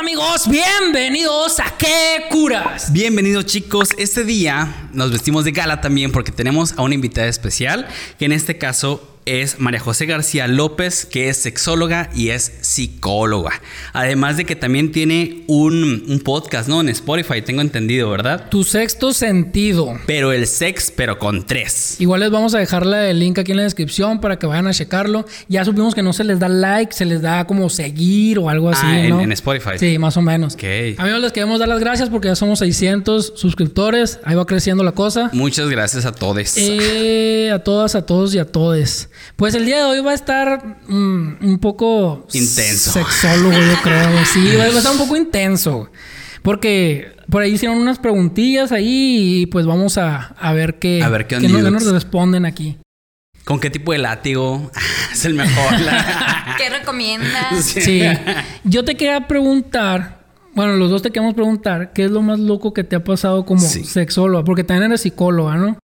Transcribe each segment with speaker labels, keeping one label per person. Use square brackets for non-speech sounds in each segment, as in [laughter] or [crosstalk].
Speaker 1: amigos? Bienvenidos a ¿Qué curas?
Speaker 2: Bienvenidos chicos, este día nos vestimos de gala también porque tenemos a una invitada especial, que en este caso es María José García López, que es sexóloga y es psicóloga. Además de que también tiene un, un podcast, ¿no? En Spotify, tengo entendido, ¿verdad?
Speaker 1: Tu sexto sentido.
Speaker 2: Pero el sex, pero con tres.
Speaker 1: Igual les vamos a dejar la- el link aquí en la descripción para que vayan a checarlo. Ya supimos que no se les da like, se les da como seguir o algo así,
Speaker 2: Ah, en-
Speaker 1: ¿no?
Speaker 2: en Spotify.
Speaker 1: Sí, más o menos.
Speaker 2: Ok.
Speaker 1: Amigos, les queremos dar las gracias porque ya somos 600 suscriptores. Ahí va creciendo la cosa.
Speaker 2: Muchas gracias a todos.
Speaker 1: Eh, a todas, a todos y a todes. Pues el día de hoy va a estar mm, un poco...
Speaker 2: Intenso.
Speaker 1: Sexólogo, yo creo.
Speaker 2: [laughs]
Speaker 1: Sí, va a estar un poco intenso. Porque por ahí hicieron unas preguntillas ahí y pues vamos a, a ver qué,
Speaker 2: A ver qué
Speaker 1: qué nos, qué
Speaker 2: ondidos.
Speaker 1: nos responden aquí.
Speaker 2: ¿Con qué tipo de látigo? [laughs] es
Speaker 1: [laughs]
Speaker 2: el mejor. la-
Speaker 3: ¿Qué recomiendas?
Speaker 1: Ah.
Speaker 2: [laughs]
Speaker 1: Sí. Yo te quería preguntar... Bueno, los dos te queremos preguntar qué es lo más loco que te ha pasado como
Speaker 2: Sí.
Speaker 1: sexóloga. Porque también eres psicóloga, ¿no?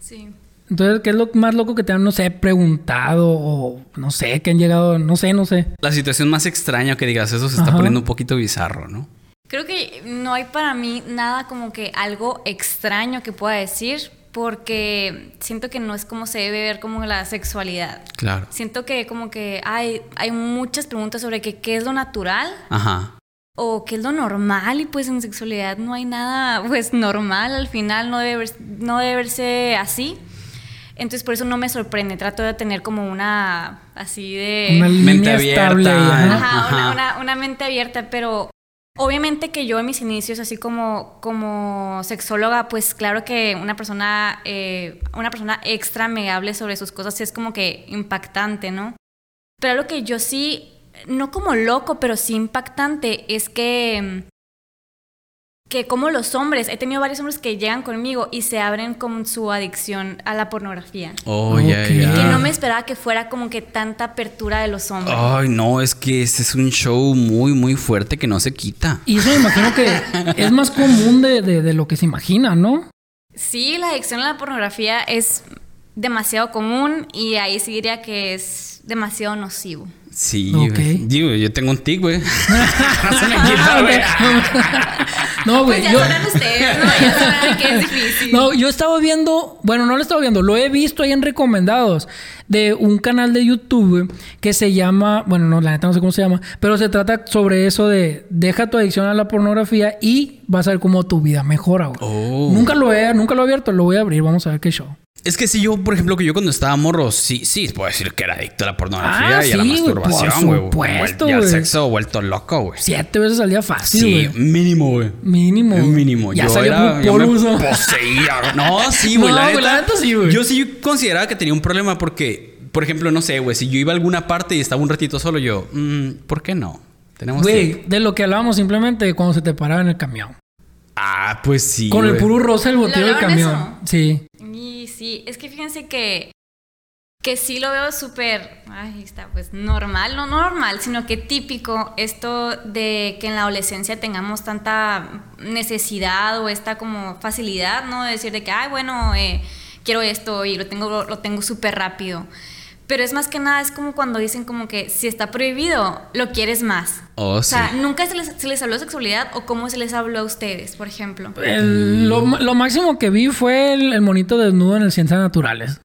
Speaker 3: Sí.
Speaker 1: Entonces, ¿qué es lo más loco que te han, no sé, preguntado o no sé, que han llegado, no sé, no sé?
Speaker 2: La situación más extraña que digas, eso se está
Speaker 1: Ajá.
Speaker 2: poniendo un poquito bizarro, ¿no?
Speaker 3: Creo que no hay para mí nada como que algo extraño que pueda decir porque siento que no es como se debe ver como la sexualidad.
Speaker 2: Claro.
Speaker 3: Siento que como que hay, hay muchas preguntas sobre que qué es lo natural
Speaker 2: Ajá.
Speaker 3: o qué es lo normal y pues en sexualidad no hay nada [laughs] pues normal, al final no debe, ver- no debe verse así. Entonces por eso no me sorprende, trato de tener como una así de...
Speaker 1: Una
Speaker 2: Mente
Speaker 1: línea estable.
Speaker 2: abierta,
Speaker 1: ajá.
Speaker 2: ¿no?
Speaker 3: Ajá,
Speaker 2: Ajá.
Speaker 3: Una, una- una mente abierta, pero obviamente que yo en mis inicios, así como, como sexóloga, pues claro que una persona, eh, una persona extra me hable sobre sus cosas es como que impactante, ¿no? Pero lo que yo sí, no como loco, pero sí impactante, es que que como los hombres, he tenido varios hombres que llegan conmigo y se abren con su adicción a la pornografía.
Speaker 2: Oh, ya,
Speaker 1: Ok.
Speaker 2: ya.
Speaker 3: Que
Speaker 1: Ah.
Speaker 3: no me esperaba que fuera como que tanta apertura de los hombres.
Speaker 2: Ay, no, es que este es un show muy, muy fuerte que no se quita.
Speaker 1: Y eso me imagino que es más común de, de- de lo que se imagina, ¿no?
Speaker 3: Sí, la adicción a la pornografía es demasiado común y ahí sí diría que es demasiado nocivo.
Speaker 2: Sí,
Speaker 1: Ok.
Speaker 2: güey. Digo, yo tengo un tic, güey. [laughs] no se me
Speaker 1: [laughs]
Speaker 2: quita, güey.
Speaker 1: no, güey.
Speaker 3: Ah, Pues ya
Speaker 1: yo,
Speaker 3: sabrán ustedes, ¿no? Ya sabrán que es difícil.
Speaker 1: no, yo estaba viendo, bueno, no lo estaba viendo, lo he visto ahí en recomendados de un canal de YouTube que se llama, bueno, no, la neta no sé cómo se llama, pero se trata sobre eso de deja tu adicción a la pornografía y vas a ver cómo tu vida mejora, güey.
Speaker 2: Oh.
Speaker 1: Nunca lo he, nunca lo he abierto, lo voy a abrir, vamos a ver qué show.
Speaker 2: Es que si yo, por ejemplo, que yo cuando estaba morro, sí, sí, puedo decir que era adicto a la pornografía
Speaker 1: Ah,
Speaker 2: y a la
Speaker 1: sí, güey,
Speaker 2: masturbación,
Speaker 1: por
Speaker 2: güey.
Speaker 1: supuesto,
Speaker 2: vuel- Y al
Speaker 1: güey.
Speaker 2: sexo vuelto loco, güey.
Speaker 1: Siete veces al día fácil,
Speaker 2: Sí,
Speaker 1: güey.
Speaker 2: mínimo, güey.
Speaker 1: Mínimo.
Speaker 2: El mínimo.
Speaker 1: Ya
Speaker 2: yo
Speaker 1: salió
Speaker 2: era,
Speaker 1: muy
Speaker 2: yo me
Speaker 1: poluso. [laughs]
Speaker 2: poseía. No, sí, güey.
Speaker 1: No, güey, la neta sí, güey.
Speaker 2: Yo sí consideraba que tenía un problema porque, por ejemplo, no sé, güey, si yo iba a alguna parte y estaba un ratito solo, yo, mm, ¿por qué no? Tenemos tiempo.
Speaker 1: Güey, de lo que hablábamos simplemente de cuando se te paraba en el camión.
Speaker 2: Ah, pues sí.
Speaker 1: Con el
Speaker 2: güey.
Speaker 1: puro rosa del boteo del
Speaker 3: ¿Lo hablaron
Speaker 1: camión.
Speaker 3: eso?
Speaker 1: Sí.
Speaker 3: Y sí, es que fíjense que que sí lo veo súper, ay, está pues normal, no no normal, sino que típico esto de que en la adolescencia tengamos tanta necesidad o esta como facilidad, ¿no? De decir de que, ay, bueno, eh, quiero esto y lo tengo, lo tengo súper rápido. Pero es más que nada, es como cuando dicen como que si está prohibido, lo quieres más.
Speaker 2: Oh,
Speaker 3: o sea,
Speaker 2: sí.
Speaker 3: ¿nunca se les, se les habló de sexualidad o cómo se les habló a ustedes, por ejemplo? [laughs]
Speaker 1: El- lo,
Speaker 2: Mm.
Speaker 1: ma- lo máximo que vi fue el, el monito desnudo en el Ciencias Naturales.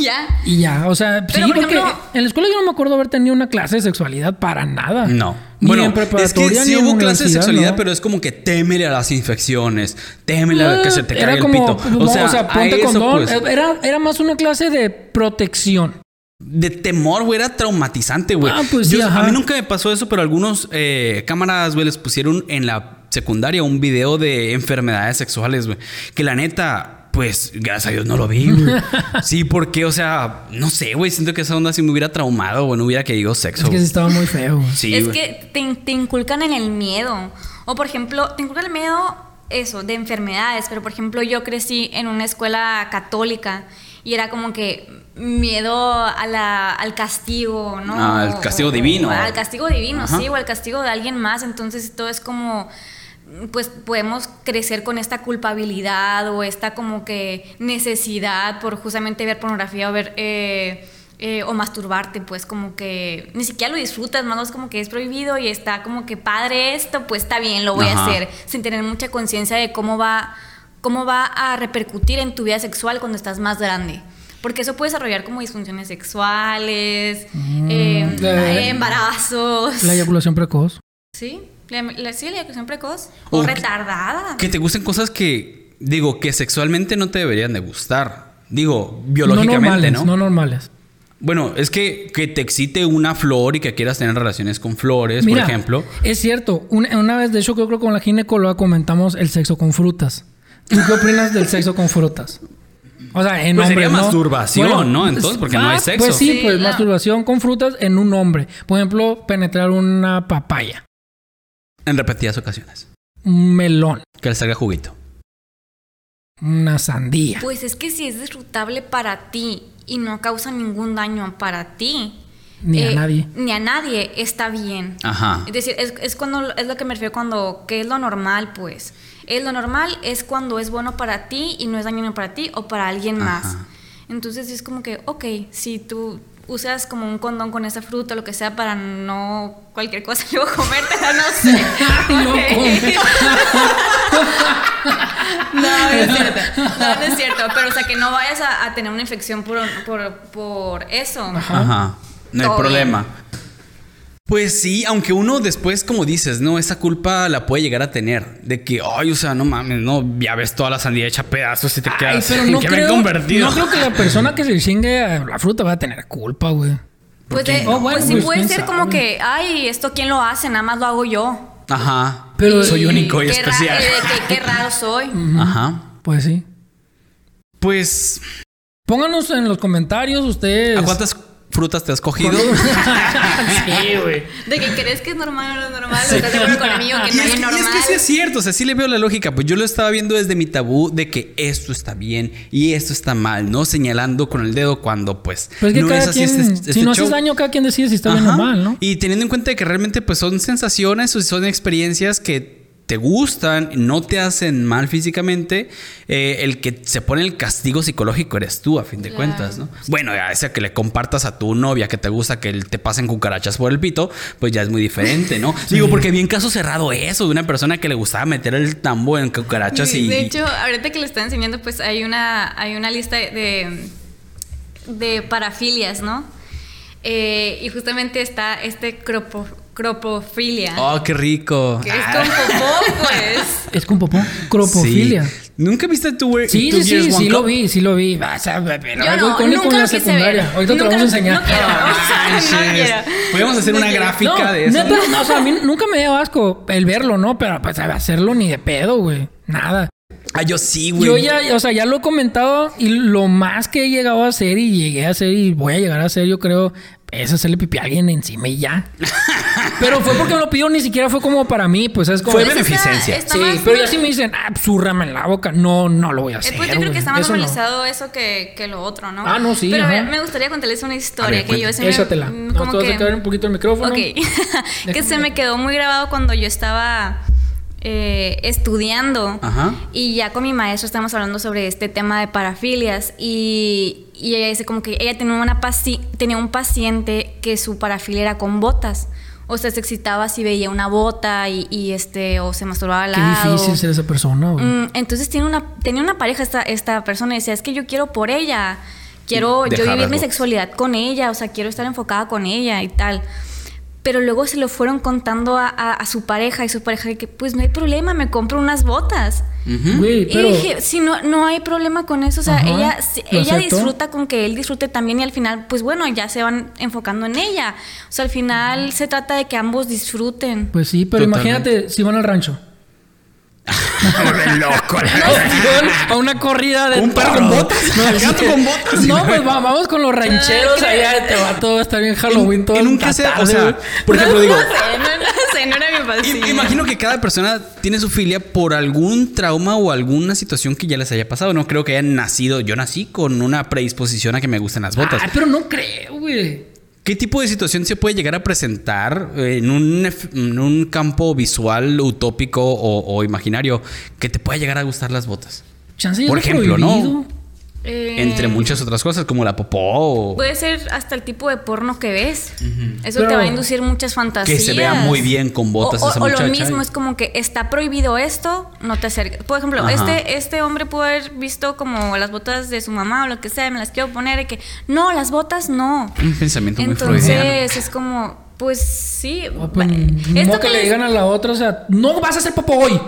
Speaker 3: ya.
Speaker 1: Y ya, o sea,
Speaker 3: Pero,
Speaker 1: sí,
Speaker 3: por
Speaker 1: porque
Speaker 3: ejemplo-
Speaker 1: en la escuela yo no me acuerdo haber tenido una clase de sexualidad para nada.
Speaker 2: No.
Speaker 1: Ni
Speaker 2: Bueno,
Speaker 1: en
Speaker 2: es que
Speaker 1: preparatoria,
Speaker 2: sí
Speaker 1: ni en
Speaker 2: hubo clases de
Speaker 1: universidad,
Speaker 2: sexualidad,
Speaker 1: ¿no?
Speaker 2: pero es como que témele a las infecciones, témele a que se te
Speaker 1: Eh, era
Speaker 2: caiga
Speaker 1: como, pues,
Speaker 2: el pito.
Speaker 1: o sea,
Speaker 2: a
Speaker 1: ponte
Speaker 2: eso,
Speaker 1: condón. eh,
Speaker 2: pues,
Speaker 1: Era, era más una clase de protección.
Speaker 2: de temor, güey, era traumatizante, güey.
Speaker 1: Ah, pues sí,
Speaker 2: Yo-
Speaker 1: ajá.
Speaker 2: A mí nunca me pasó eso, pero algunos eh, cámaras, güey, les pusieron en la secundaria un video de enfermedades sexuales, güey. Que la neta, pues, gracias a Dios no lo vi,
Speaker 1: [laughs]
Speaker 2: güey. Sí, porque, o sea, no sé, güey, siento que esa onda si me hubiera traumado, güey, no hubiera querido sexo.
Speaker 1: Es que
Speaker 2: güey.
Speaker 1: sí estaba muy feo. güey.
Speaker 2: Sí,
Speaker 3: es
Speaker 2: güey.
Speaker 3: que te, te inculcan en el miedo. O por ejemplo, te inculcan el miedo, eso, de enfermedades. Pero por ejemplo, yo crecí en una escuela católica y era como que miedo a la- al castigo, ¿no?
Speaker 2: Ah, al castigo
Speaker 3: O-
Speaker 2: divino.
Speaker 3: Al castigo divino,
Speaker 2: Ajá.
Speaker 3: sí, o al castigo de alguien más. Entonces todo es como pues podemos crecer con esta culpabilidad o esta como que necesidad por justamente ver pornografía o ver eh, eh, o masturbarte, pues como que ni siquiera lo disfrutas, más no es como que es prohibido y está como que padre esto, pues está bien, lo voy
Speaker 2: Ajá.
Speaker 3: a hacer, sin tener mucha conciencia de cómo va, cómo va a repercutir en tu vida sexual cuando estás más grande. Porque eso puede desarrollar como disfunciones sexuales,
Speaker 2: Mm,
Speaker 3: eh,
Speaker 1: Eh.
Speaker 3: embarazos.
Speaker 1: La eyaculación precoz.
Speaker 3: ¿Sí? La, la- sí, la eyaculación precoz.
Speaker 2: O
Speaker 3: O,
Speaker 2: que-
Speaker 3: retardada.
Speaker 2: Que te gusten cosas que, digo, que sexualmente no te deberían de gustar. Digo, biológicamente,
Speaker 1: normales,
Speaker 2: ¿no?
Speaker 1: no normales.
Speaker 2: Bueno, es que, que te excite una flor y que quieras tener relaciones con flores,
Speaker 1: Mira,
Speaker 2: por ejemplo.
Speaker 1: Es cierto. Una, una vez, de hecho, creo que con la ginecóloga comentamos el sexo con frutas. ¿Tú qué opinas del sexo con frutas? O sea, en
Speaker 2: Pues sería
Speaker 1: hombres, ¿no?
Speaker 2: masturbación, ¿no? Entonces, porque no hay sexo.
Speaker 1: Pues sí,
Speaker 3: Sí,
Speaker 1: pues
Speaker 3: no.
Speaker 1: masturbación con frutas en un hombre. Por ejemplo, penetrar una papaya,
Speaker 2: En repetidas ocasiones.
Speaker 1: un melón,
Speaker 2: Que le salga juguito.
Speaker 1: una sandía.
Speaker 3: Pues es que si es disfrutable para ti y no causa ningún daño para ti.
Speaker 1: Ni a
Speaker 3: eh,
Speaker 1: nadie.
Speaker 3: Ni a nadie, está bien.
Speaker 2: Ajá.
Speaker 3: Es decir, es, es cuando es lo que me refiero cuando que es lo normal, pues. Es lo normal es cuando es bueno para ti y no es dañino para ti o para alguien más.
Speaker 2: Ajá.
Speaker 3: Entonces es como que, ok, si tú usas como un condón con esa fruta o lo que sea para no cualquier cosa [laughs] luego comértela, no sé.
Speaker 1: No comer.
Speaker 3: [laughs] No, no es cierto. No, no es cierto. Pero, o sea, que no vayas a, a tener una infección por, por, por eso.
Speaker 2: Ajá. No hay
Speaker 3: Todo
Speaker 2: problema. Pues sí, aunque uno después, como dices, no, esa culpa la puede llegar a tener. De que, ay, o sea, no mames, no, ya ves toda la sandía hecha pedazos [laughs] y te
Speaker 1: Ay,
Speaker 2: quedas.
Speaker 1: pero
Speaker 2: ¿en
Speaker 1: no
Speaker 2: qué
Speaker 1: creo,
Speaker 2: me he convertido?
Speaker 1: no creo que la persona que se chingue a la fruta va a tener culpa, güey.
Speaker 3: Pues,
Speaker 2: qué
Speaker 3: de-
Speaker 2: no?
Speaker 1: Oh, bueno,
Speaker 3: pues sí
Speaker 1: pues,
Speaker 3: puede
Speaker 1: quién
Speaker 3: ser como
Speaker 1: sabe.
Speaker 3: que, ay, esto quién lo hace, nada más lo hago yo.
Speaker 2: Ajá.
Speaker 1: Pero-
Speaker 2: soy único y
Speaker 3: qué ra-
Speaker 2: especial.
Speaker 3: eh, qué, qué raro soy.
Speaker 2: Ajá.
Speaker 1: Pues sí.
Speaker 2: Pues,
Speaker 1: Pónganos en los comentarios ustedes.
Speaker 2: ¿a cuántas frutas te has cogido?
Speaker 1: [laughs] sí, güey.
Speaker 3: De que crees que es normal o no es normal. o Estás de acuerdo conmigo que
Speaker 2: Y
Speaker 3: no
Speaker 2: es,
Speaker 3: es
Speaker 2: que, y
Speaker 3: normal.
Speaker 2: es que sí es cierto, o sea, sí le veo la lógica. Pues yo lo estaba viendo desde mi tabú de que esto está bien y esto está mal, ¿no? Señalando con el dedo cuando, pues,
Speaker 1: Pero es que
Speaker 2: no
Speaker 1: cada quien,
Speaker 2: este- este
Speaker 1: si no
Speaker 2: show.
Speaker 1: haces daño, cada quien decide si está bien o
Speaker 2: Ajá.
Speaker 1: mal, ¿no?
Speaker 2: Y teniendo en cuenta que realmente, pues, son sensaciones o son experiencias que te gustan, no te hacen mal físicamente, eh, el que se pone el castigo psicológico eres tú, a fin de
Speaker 3: Claro.
Speaker 2: cuentas, ¿no? Bueno, a esa que le compartas a tu novia que te gusta que te pasen cucarachas por el pito, pues ya es muy diferente,
Speaker 1: [laughs]
Speaker 2: ¿no? Digo, porque bien caso cerrado eso de una persona que le gustaba meter el tambo en cucarachas
Speaker 3: Sí,
Speaker 2: y...
Speaker 3: De hecho, ahorita que lo está enseñando, pues hay una, hay una lista de, de parafilias, ¿no? Eh, y justamente está este cropo, cropofilia.
Speaker 2: ¡Oh, ah. qué rico! Ah,
Speaker 3: Que es con popó, pues.
Speaker 1: Es con popó. Cropofilia.
Speaker 2: Sí. ¿Nunca viste tu...
Speaker 1: Sí, sí, sí, sí, lo vi, sí lo vi. Vas a ver, pero
Speaker 3: Yo
Speaker 1: algo
Speaker 3: no,
Speaker 1: icónico
Speaker 3: nunca
Speaker 1: en la
Speaker 3: lo quise
Speaker 1: secundaria.
Speaker 3: ver.
Speaker 1: Ahorita te lo
Speaker 3: Nunca
Speaker 1: vamos a
Speaker 3: lo-
Speaker 1: enseñar.
Speaker 3: no quiero. [laughs] No quiero.
Speaker 2: Podemos hacer
Speaker 3: No
Speaker 2: una
Speaker 3: quiero.
Speaker 1: No,
Speaker 2: gráfica de eso.
Speaker 1: neta, no, o sea, a mí nunca me dio asco el verlo, ¿no? Pero pues hacerlo ni de pedo, güey. Nada.
Speaker 2: Ah, yo sí, güey.
Speaker 1: Yo ya, o sea, ya lo he comentado y lo más que he llegado a hacer y llegué a hacer y voy a llegar a hacer, yo creo, es hacerle pipí a alguien encima y
Speaker 2: [laughs]
Speaker 1: ya. pero fue porque me lo pidió, ni siquiera fue como para mí, pues es como...
Speaker 2: Fue
Speaker 1: Sí,
Speaker 3: Pues está-
Speaker 2: beneficencia.
Speaker 3: está más-
Speaker 1: pero ya si me dicen, ah, zurrame en la boca. No, no lo voy a hacer.
Speaker 3: Después pues, yo creo
Speaker 1: güey.
Speaker 3: que está más
Speaker 1: Eso no.
Speaker 3: normalizado eso que, que lo otro, ¿no?
Speaker 1: Ah, no, sí,
Speaker 3: Pero a ver,
Speaker 1: ajá.
Speaker 3: me gustaría contarles una
Speaker 2: A
Speaker 3: historia
Speaker 2: ver,
Speaker 3: que yo... se me-
Speaker 1: Échatela.
Speaker 3: mm,
Speaker 1: Nos
Speaker 3: como
Speaker 1: vas a
Speaker 3: que,
Speaker 1: caer un poquito el micrófono.
Speaker 3: Ok. [laughs] que se me quedó muy grabado cuando yo estaba eh, estudiando.
Speaker 2: Ajá.
Speaker 3: Y ya con mi maestra estábamos hablando sobre este tema de parafilias. Y, y ella dice como que ella tenía, una paci- tenía un paciente que su parafilia era con botas. O sea, se excitaba si veía una bota y, y, este, o se masturbaba al
Speaker 1: Qué
Speaker 3: lado.
Speaker 1: difícil ser esa persona, güey.
Speaker 3: Mm, entonces tiene una, tenía una pareja esta, esta persona y decía, es que yo quiero por ella, quiero yo
Speaker 2: Dejar
Speaker 3: vivir
Speaker 2: las
Speaker 3: mi
Speaker 2: botas.
Speaker 3: sexualidad con ella, o sea, quiero estar enfocada con ella y tal. Pero luego se lo fueron contando a, a- a su pareja y su pareja de que, pues no hay problema, me compro unas botas.
Speaker 2: Ujú.
Speaker 1: Güey, pero...
Speaker 3: Mm. Y dije, si no, no hay problema con eso, o sea,
Speaker 1: Ajá,
Speaker 3: ella, si-
Speaker 1: lo
Speaker 3: ella
Speaker 1: aceptó.
Speaker 3: disfruta con que él disfrute también y al final, pues bueno, ya se van enfocando en ella. O sea, al final se trata de que ambos disfruten.
Speaker 1: Pues sí, pero
Speaker 2: Totalmente.
Speaker 1: imagínate si van al rancho.
Speaker 2: Vuelve [laughs] loco.
Speaker 1: Nos dieron a una corrida de
Speaker 2: Un perro con
Speaker 1: toros.
Speaker 2: botas, el gato con botas.
Speaker 1: No, pues va- vamos con los rancheros allá. Te va todo a estar bien Halloween. todo
Speaker 2: en un
Speaker 1: el
Speaker 2: caser-
Speaker 1: tarde,
Speaker 2: o sea,
Speaker 1: güey.
Speaker 2: por ejemplo, digo,
Speaker 3: No, [laughs] no sé, no era mi pasión.
Speaker 2: im- imagino que cada persona tiene su filia por algún trauma o alguna situación que ya les haya pasado. No creo que hayan nacido. Yo nací con una predisposición a que me gusten las botas.
Speaker 3: Ah.
Speaker 1: Ay, pero no creo, güey.
Speaker 2: ¿Qué tipo de situación se puede llegar a presentar eh, en un, ef- en un campo visual utópico o, o imaginario que te pueda llegar a gustar las botas?
Speaker 1: Chance ya
Speaker 2: Por
Speaker 1: está
Speaker 2: ejemplo, ¿no?
Speaker 1: prohibido.
Speaker 3: Eh,
Speaker 2: Entre muchas otras cosas, como la popó o
Speaker 3: Puede ser hasta el tipo de porno que ves. Eso
Speaker 1: Pero-
Speaker 3: te va a inducir muchas fantasías.
Speaker 2: que se vea muy bien con botas
Speaker 3: o, o-
Speaker 2: esa
Speaker 3: o
Speaker 2: muchacha. ¿eh?
Speaker 3: lo mismo es como que está prohibido esto, no te acerques. Por ejemplo,
Speaker 2: Ajá.
Speaker 3: este este hombre pudo haber visto como las botas de su mamá o lo que sea, me las quiero poner y que no, las botas no.
Speaker 2: Un pensamiento muy freudiano.
Speaker 3: Entonces es como, pues sí.
Speaker 1: Ah, pues,
Speaker 3: va-
Speaker 1: no que le
Speaker 3: les-
Speaker 1: digan a la otra, o sea, no vas a ser popo
Speaker 2: [laughs]
Speaker 1: hoy.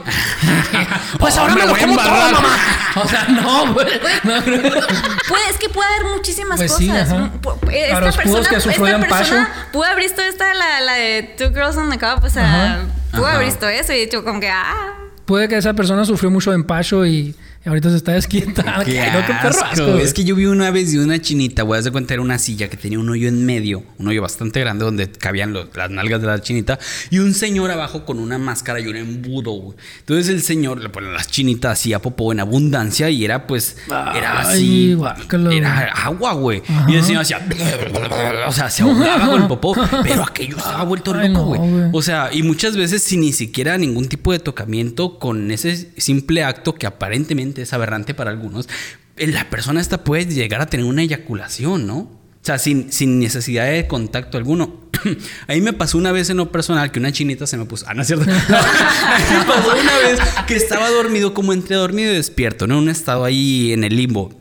Speaker 1: pues ahora
Speaker 2: Hombre,
Speaker 1: me lo
Speaker 2: voy a
Speaker 1: como todo,
Speaker 2: embarrar.
Speaker 1: mamá. O sea, no, güey. No, creo-
Speaker 3: Puede, es que puede haber muchísimas
Speaker 1: Pues sí,
Speaker 3: cosas.
Speaker 1: ajá.
Speaker 3: Pu- pu- Esta
Speaker 1: Para los pudos
Speaker 3: persona,
Speaker 1: que sufrieron
Speaker 3: esta persona
Speaker 1: paso.
Speaker 3: pudo haber visto esta, la, la de Two Girls on the Cup, o
Speaker 1: Ajá.
Speaker 3: sea, pudo
Speaker 2: Ajá.
Speaker 3: haber visto eso y dicho como que, ah.
Speaker 1: Puede que esa persona sufrió mucho empacho y ahorita se está desquitada.
Speaker 2: Qué
Speaker 1: Claro, qué perro
Speaker 2: asco.
Speaker 1: asco, güey.
Speaker 2: Es que yo vi una vez de una chinita, güey, haz de cuenta, era una silla que tenía un hoyo en medio, un hoyo bastante grande donde cabían los- las nalgas de la chinita, y un señor abajo con una máscara y un embudo, güey. Entonces el señor, le ponía las chinitas hacía popó en abundancia y era pues, era
Speaker 1: Ay,
Speaker 2: así,
Speaker 1: guácala,
Speaker 2: era
Speaker 1: güey.
Speaker 2: agua, güey. Y el señor hacía, [laughs] o sea, se ahogaba con
Speaker 1: [laughs]
Speaker 2: el popó, pero aquello estaba vuelto
Speaker 1: Ay,
Speaker 2: loco,
Speaker 1: no,
Speaker 2: güey.
Speaker 1: güey.
Speaker 2: O sea, y muchas veces sin ni siquiera ningún tipo de tocamiento con ese simple acto que aparentemente es aberrante para algunos, eh, la persona esta puede llegar a tener una eyaculación, ¿no? O sea, sin, sin necesidad de contacto alguno. [clears throat] A mí me pasó una vez en lo personal que una chinita se me puso. Ah, no
Speaker 1: [laughs]
Speaker 2: es cierto. [laughs] No. me pasó una vez que estaba dormido, como entre dormido y despierto, ¿no? En un estado ahí en el limbo.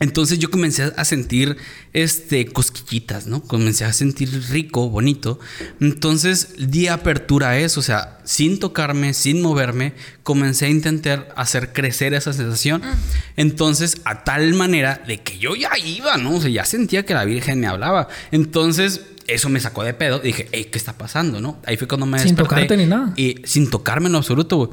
Speaker 2: Entonces yo comencé a sentir este cosquillitas, ¿no? Comencé a sentir rico, bonito. Entonces di apertura a eso, o sea, sin tocarme, sin moverme, comencé a intentar hacer crecer esa sensación. Entonces, a tal manera de que yo ya iba, ¿no? O sea, ya sentía que la Virgen me hablaba. Entonces, eso me sacó de pedo. Dije, hey, ¿qué está pasando, no? Ahí fue cuando me
Speaker 1: Sin
Speaker 2: desperté
Speaker 1: tocarte ni nada.
Speaker 2: y sin tocarme en lo absoluto, güey.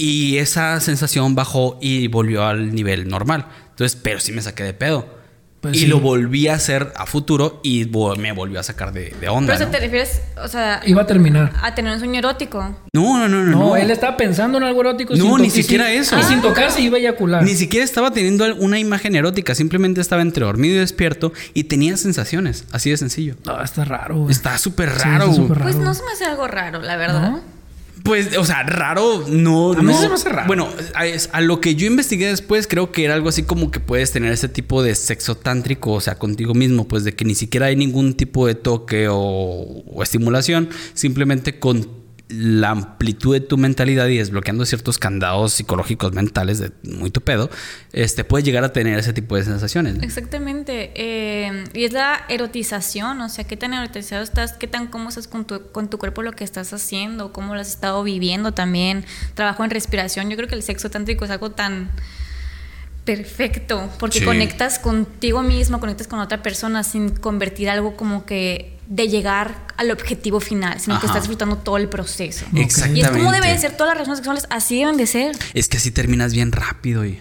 Speaker 2: Y esa sensación bajó y volvió al nivel normal. Entonces, pero sí me saqué de pedo.
Speaker 1: Pues
Speaker 2: y
Speaker 1: sí.
Speaker 2: lo volví a hacer a futuro y vo- me volvió a sacar de, de onda.
Speaker 3: Pero eso
Speaker 2: ¿no?
Speaker 3: te refieres, o sea,
Speaker 1: Iba a terminar.
Speaker 3: a tener un sueño erótico.
Speaker 2: no, no, no, no.
Speaker 1: No,
Speaker 2: no.
Speaker 1: él estaba pensando en algo erótico.
Speaker 2: No,
Speaker 1: sin tocar-
Speaker 2: ni
Speaker 1: y
Speaker 2: siquiera
Speaker 1: sin-
Speaker 2: eso.
Speaker 1: Y
Speaker 2: Ah.
Speaker 1: sin tocarse iba a eyacular.
Speaker 2: Ni siquiera estaba teniendo al- una imagen erótica, simplemente estaba entre dormido y despierto y tenía sensaciones, así de sencillo.
Speaker 1: No, está raro, güey.
Speaker 2: Está súper
Speaker 1: Sí,
Speaker 2: raro.
Speaker 1: está súper
Speaker 2: güey.
Speaker 1: raro.
Speaker 3: Pues no se me hace algo raro, la verdad.
Speaker 1: ¿No?
Speaker 2: Pues, o sea, raro, no.
Speaker 1: A mí
Speaker 2: no.
Speaker 1: se me hace raro.
Speaker 2: Bueno, a, a lo que yo investigué después, creo que era algo así como que puedes tener ese tipo de sexo tántrico, o sea, contigo mismo, pues de que ni siquiera hay ningún tipo de toque o, o estimulación, simplemente con la amplitud de tu mentalidad y desbloqueando ciertos candados psicológicos mentales de muy tu pedo, este, puedes llegar a tener ese tipo de sensaciones. ¿no?
Speaker 3: Exactamente. eh, y es la erotización, o sea, qué tan erotizado estás, qué tan cómo estás con tu, con tu cuerpo, lo que estás haciendo, cómo lo has estado viviendo también. Trabajo en respiración. Yo creo que el sexo tántrico es algo tan perfecto, porque
Speaker 2: Sí.
Speaker 3: conectas contigo mismo, conectas con otra persona sin convertir algo como que de llegar al objetivo final, sino
Speaker 2: Ajá.
Speaker 3: que estás disfrutando todo el proceso.
Speaker 1: Y
Speaker 3: Y
Speaker 2: Exactamente.
Speaker 3: es como debe de ser todas las relaciones sexuales, así deben de ser.
Speaker 2: Es que así terminas bien rápido
Speaker 1: [laughs]
Speaker 2: y...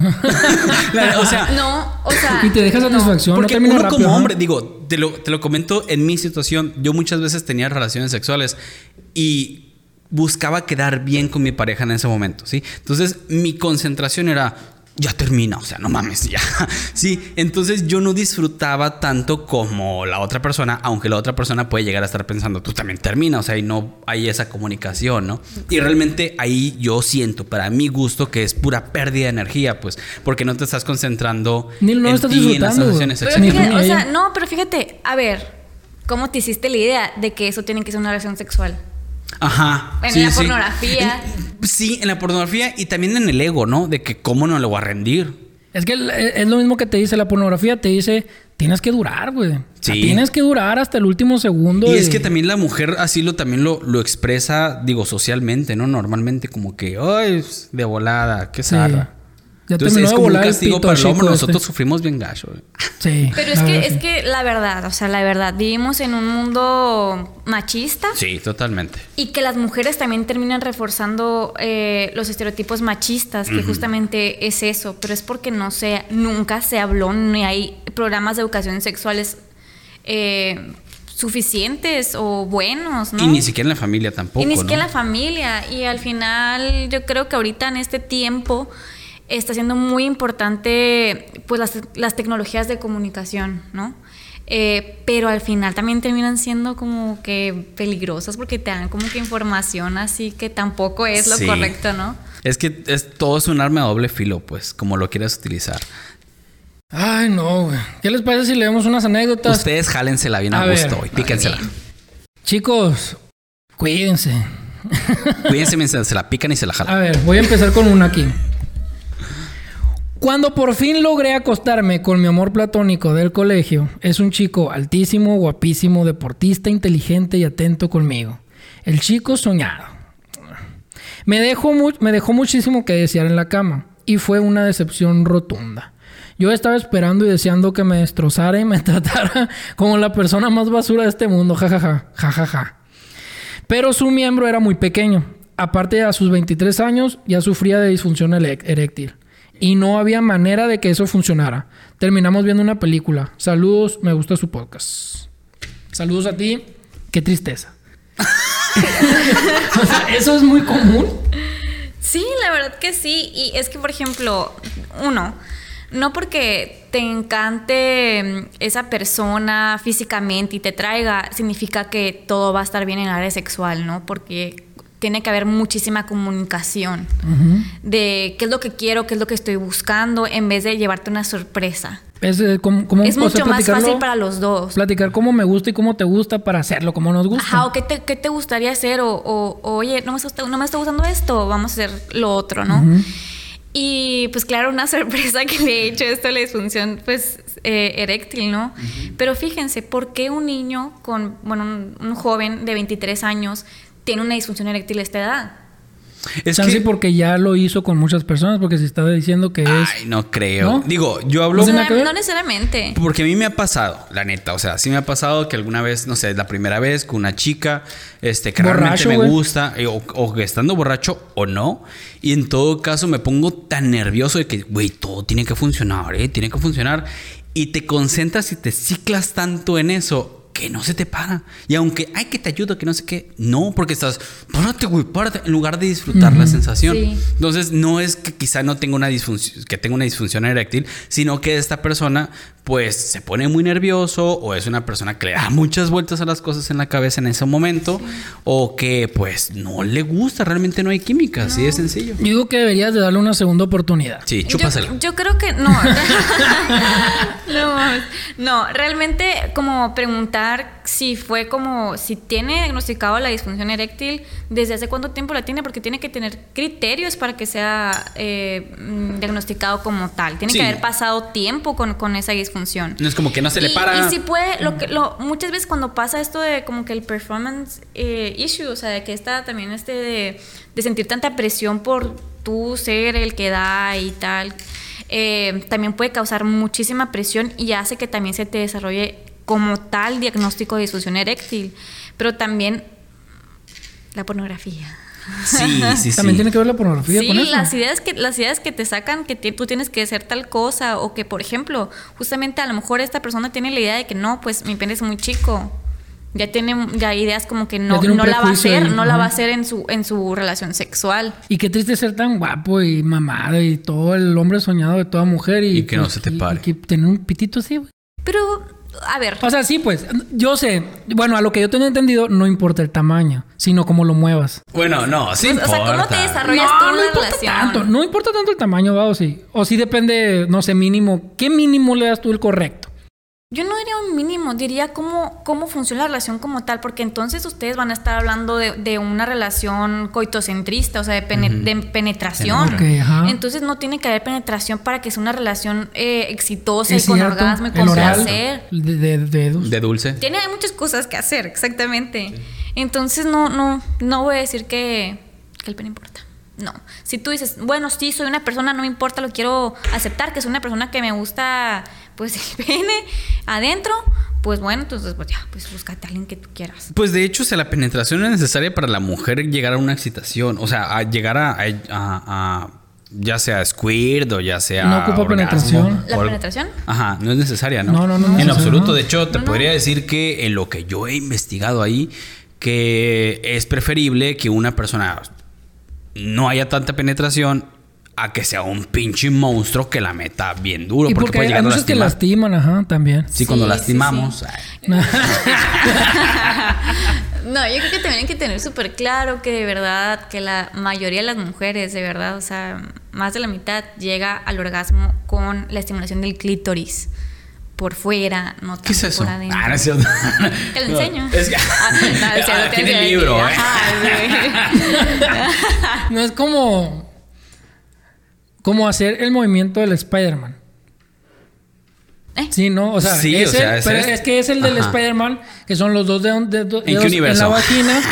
Speaker 2: [laughs] La- o sea,
Speaker 3: No,
Speaker 2: [laughs]
Speaker 3: o sea,
Speaker 1: Y te deja satisfacción. no
Speaker 2: Porque uno
Speaker 1: termina rápido,
Speaker 2: como
Speaker 1: ajá.
Speaker 2: hombre, digo, te lo, te lo comento en mi situación, yo muchas veces tenía relaciones sexuales y buscaba quedar bien con mi pareja en ese momento, ¿sí? Entonces mi concentración era, ya termina, o sea, no mames, ya, [laughs] ¿sí? Entonces yo no disfrutaba tanto como la otra persona, aunque la otra persona puede llegar a estar pensando, tú también termina, o sea, y no hay esa comunicación, ¿no? Y realmente ahí yo siento, para mi gusto, que es pura pérdida de energía, pues, porque no te estás concentrando
Speaker 1: Ni lo
Speaker 2: en
Speaker 1: estás
Speaker 2: ti, en las
Speaker 1: disfrutando, güey.
Speaker 2: sensaciones
Speaker 1: Pero
Speaker 3: Pero
Speaker 2: sexuales.
Speaker 1: Ni
Speaker 3: fíjate,
Speaker 1: tú ni
Speaker 3: o sea,
Speaker 1: ella.
Speaker 3: no, pero fíjate, a ver, ¿cómo te hiciste la idea de que eso tiene que ser una relación sexual?
Speaker 2: Ajá.
Speaker 3: En la pornografía.
Speaker 2: En- sí, en la pornografía y también en el ego, ¿no? De que cómo no lo voy a rendir.
Speaker 1: Es que el- es lo mismo que te dice la pornografía. Te dice, tienes que durar, güey. O sea,
Speaker 2: Sí.
Speaker 1: tienes que durar hasta el último segundo.
Speaker 2: Y
Speaker 1: de-
Speaker 2: es que también la mujer así lo también lo, lo expresa, digo, socialmente, ¿no? Normalmente como que, ay, pues, de volada, qué
Speaker 1: Sí.
Speaker 2: zarra.
Speaker 1: Ya
Speaker 2: Entonces
Speaker 1: terminó
Speaker 2: es
Speaker 1: de
Speaker 2: como un
Speaker 1: volar el
Speaker 2: castigo
Speaker 1: pito
Speaker 2: para el hombre,
Speaker 1: chico
Speaker 2: nosotros
Speaker 1: este.
Speaker 2: sufrimos bien gacho. güey.
Speaker 1: Sí.
Speaker 3: Pero
Speaker 1: la
Speaker 3: es que,
Speaker 1: verdad,
Speaker 3: es
Speaker 1: sí.
Speaker 3: que la verdad, o sea, la verdad, vivimos en un mundo machista
Speaker 2: Sí, totalmente.
Speaker 3: y que las mujeres también terminan reforzando eh, los estereotipos machistas, que justamente es eso, pero es porque no se, nunca se habló ni hay programas de educación sexuales eh, suficientes o buenos, ¿no?
Speaker 2: Y ni siquiera en la familia tampoco.
Speaker 3: Y ni siquiera
Speaker 2: ¿no?
Speaker 3: la familia. Y al final, yo creo que ahorita en este tiempo está siendo muy importante pues las, las tecnologías de comunicación, ¿no? Eh, pero al final también terminan siendo como que peligrosas porque te dan como que información así que tampoco es lo
Speaker 2: Sí.
Speaker 3: correcto, ¿no?
Speaker 2: Es que es, todo es un arma de doble filo, pues, como lo quieras utilizar.
Speaker 1: Ay, no, güey. ¿Qué les parece si leemos unas anécdotas?
Speaker 2: Ustedes jálensela bien a,
Speaker 1: A
Speaker 2: gusto
Speaker 1: ver.
Speaker 2: y píquensela.
Speaker 1: Chicos, cuídense.
Speaker 2: Cuídense mientras se la pican y se la jalan.
Speaker 1: A ver, voy a empezar con una aquí. Cuando por fin logré acostarme con mi amor platónico del colegio, es un chico altísimo, guapísimo, deportista, inteligente y atento conmigo. El chico soñado. Me dejó, mu- me dejó muchísimo que desear en la cama y fue una decepción rotunda. Yo estaba esperando y deseando que me destrozara y me [laughs] tratara como la persona más basura de este mundo, jajaja, jajaja. Pero su miembro era muy pequeño. Aparte, a sus 23 años ya sufría de disfunción ele- eréctil. Y no había manera de que eso funcionara. Terminamos viendo una película. Saludos, me gusta su podcast. Saludos a ti. Qué tristeza. [laughs] o sea, eso es muy común.
Speaker 3: Sí, la verdad que sí. Y es que, por ejemplo, uno, no porque te encante mm, esa persona físicamente y te traiga, significa que todo va a estar bien en el área sexual, ¿no? Porque tiene que haber muchísima comunicación de qué es lo que quiero, qué es lo que estoy buscando, en vez de llevarte una sorpresa.
Speaker 1: Es, eh, como, como-
Speaker 3: es
Speaker 1: o sea,
Speaker 3: mucho más
Speaker 1: platicarlo-
Speaker 3: fácil para los dos.
Speaker 1: Platicar cómo me gusta y cómo te gusta para hacerlo como nos gusta.
Speaker 3: Ajá, o qué te, qué te gustaría hacer, o, o- o, oye, no me, está, no me está gustando esto, vamos a hacer lo otro, ¿no? Y pues claro, una [laughs] sorpresa que le he hecho esto a la disfunción, pues, eh, eréctil, ¿no? Pero fíjense, ¿por qué un niño con, bueno, un, un joven de 23 años tiene una disfunción eréctil a esta edad?
Speaker 2: Es
Speaker 1: Chance
Speaker 2: que-
Speaker 1: porque ya lo hizo con muchas personas, porque se está diciendo que es.
Speaker 2: Ay, no creo.
Speaker 1: ¿No?
Speaker 2: Digo, yo hablo
Speaker 1: No tiene nada que ver.
Speaker 3: no necesariamente.
Speaker 2: Porque a mí me ha pasado, la neta, o sea, sí me ha pasado que alguna vez, no sé, la primera vez con una chica, este, que
Speaker 1: Borracho,
Speaker 2: realmente me
Speaker 1: güey.
Speaker 2: gusta, eh, o, o que estando borracho o no, y en todo caso me pongo tan nervioso de que, güey, todo tiene que funcionar, eh, tiene que funcionar, y te concentras y te ciclas tanto en eso que no se te para. Y aunque, ay, que te ayudo, que no sé qué, no, porque estás, párate, güey, párate, en lugar de disfrutar la sensación.
Speaker 3: Sí.
Speaker 2: Entonces, no es que quizá no tenga una disfunción, que tenga una disfunción eréctil, sino que esta persona, pues, se pone muy nervioso o es una persona que le da muchas vueltas a las cosas en la cabeza en ese momento o que, pues, no le gusta, realmente no hay química, así de sencillo.
Speaker 1: Yo digo que deberías de darle una segunda oportunidad.
Speaker 2: Sí,
Speaker 3: Yo,
Speaker 2: chúpasela.
Speaker 3: yo creo
Speaker 2: [laughs]
Speaker 3: que no. no, mames. no, realmente como preguntar si fue como, si tiene diagnosticado la disfunción eréctil, desde hace cuánto tiempo la tiene, porque tiene que tener criterios para que sea eh, mm, diagnosticado como tal. Tiene
Speaker 2: Sí.
Speaker 3: que haber pasado tiempo con, con esa disfunción.
Speaker 2: No es como que no se le
Speaker 3: Y-
Speaker 2: para.
Speaker 3: Y si puede, lo que, lo, muchas veces cuando pasa esto de como que el performance eh, issue, o sea, de que está también este de, de sentir tanta presión por tú ser el que da y tal, eh, también puede causar muchísima presión y hace que también se te desarrolle como tal diagnóstico de disfunción eréctil, pero también la pornografía.
Speaker 2: Sí,
Speaker 3: [laughs]
Speaker 2: sí, sí.
Speaker 1: También tiene que ver la pornografía
Speaker 3: Sí,
Speaker 1: con eso.
Speaker 3: las ideas que las ideas que te sacan que ti- tú tienes que hacer tal cosa o que por ejemplo, justamente a lo mejor esta persona tiene la idea de que no, pues mi pene es muy chico. Ya tiene ya ideas como que
Speaker 1: Ya
Speaker 3: no,
Speaker 1: tiene un
Speaker 3: no la va a
Speaker 1: prejuicio
Speaker 3: hacer,
Speaker 1: ahí,
Speaker 3: no la va a
Speaker 1: ajá.
Speaker 3: hacer en su en su relación sexual.
Speaker 1: Y qué triste ser tan guapo y mamado y todo el hombre soñado de toda mujer y, pues,
Speaker 2: Y que no se te
Speaker 1: y-
Speaker 2: pare.
Speaker 1: y que tener un pitito así, güey.
Speaker 3: Pero a ver,
Speaker 1: O sea, sí, pues, yo sé, bueno, a lo que yo tengo entendido, no importa el tamaño, sino cómo lo muevas.
Speaker 2: Bueno, no, sí.
Speaker 3: o sea, ¿cómo te
Speaker 2: importa.
Speaker 3: desarrollas tú
Speaker 1: no
Speaker 3: una
Speaker 1: importa
Speaker 3: relación?
Speaker 1: tanto, no importa tanto el tamaño, va, o sí. O sí depende, no sé, mínimo. ¿Qué mínimo le das tú el correcto?
Speaker 3: Yo no diría un mínimo, diría cómo, cómo funciona la relación como tal, porque entonces ustedes van a estar hablando de, de una relación coitocentrista, o sea, de, pene- de penetración.
Speaker 1: Ok, ajá.
Speaker 3: Entonces no tiene que haber penetración para que sea una relación eh, exitosa y
Speaker 1: Es
Speaker 3: con
Speaker 1: cierto,
Speaker 3: orgasmo y
Speaker 1: el
Speaker 3: con
Speaker 1: oral,
Speaker 3: placer.
Speaker 1: De, de- dedos.
Speaker 2: De dulce.
Speaker 3: Tiene hay muchas cosas que hacer, exactamente. Entonces no, no, no voy a decir que, que el pene importa. No. Si tú dices, bueno, sí, soy una persona, no me importa, lo quiero aceptar, que soy una persona que me gusta, pues [laughs] el pene adentro, pues bueno, entonces pues ya, pues búscate a alguien que tú quieras.
Speaker 2: Pues de hecho, o sea, la penetración es necesaria para la mujer llegar a una excitación, o sea, a llegar a, a- a- a- ya sea squirt o ya sea
Speaker 1: No ocupa penetración.
Speaker 3: ¿La
Speaker 2: o algo.
Speaker 3: penetración?
Speaker 2: Ajá, no es necesaria, ¿no?
Speaker 1: No, no, no es
Speaker 2: En
Speaker 1: necesaria,
Speaker 2: absoluto,
Speaker 1: no.
Speaker 2: de hecho, te podría decir que en lo que yo he investigado ahí, que es preferible que una persona no haya tanta penetración a que sea un pinche monstruo que la meta bien duro,
Speaker 1: y
Speaker 2: porque,
Speaker 1: porque
Speaker 2: puede
Speaker 1: hay
Speaker 2: llegar a
Speaker 1: muchos que
Speaker 2: lastimar.
Speaker 1: lastiman, ajá, también.
Speaker 2: Sí, cuando
Speaker 3: Sí, sí,
Speaker 2: lastimamos.
Speaker 3: sí.
Speaker 2: ay.
Speaker 1: [laughs]
Speaker 3: No, yo creo que también hay que tener súper claro que de verdad, que la mayoría de las mujeres, de verdad, o sea, más de la mitad llega al orgasmo con la estimulación del clítoris por fuera, no tanto
Speaker 2: ¿Qué es eso?
Speaker 3: por adentro.
Speaker 2: Ah, no es cierto.
Speaker 3: [laughs] Te lo enseño.
Speaker 2: Es que- [laughs]
Speaker 3: Ah, no, o sea, lo
Speaker 2: Ah,
Speaker 3: te
Speaker 2: tiene
Speaker 3: enseño.
Speaker 2: libro. ¿eh?
Speaker 3: Ajá, sí.
Speaker 1: No es como. Como hacer el movimiento del Spider-Man.
Speaker 3: ¿Eh?
Speaker 1: Sí, ¿no? O sea,
Speaker 2: Sí,
Speaker 1: es
Speaker 2: o sea,
Speaker 1: el-
Speaker 2: es
Speaker 1: pero
Speaker 2: este.
Speaker 1: es que es el del
Speaker 2: Ajá.
Speaker 1: Spider-Man, que son los dos de, de- de-
Speaker 2: qué
Speaker 1: dedos
Speaker 2: universo?
Speaker 1: la
Speaker 2: [laughs]
Speaker 1: vagina.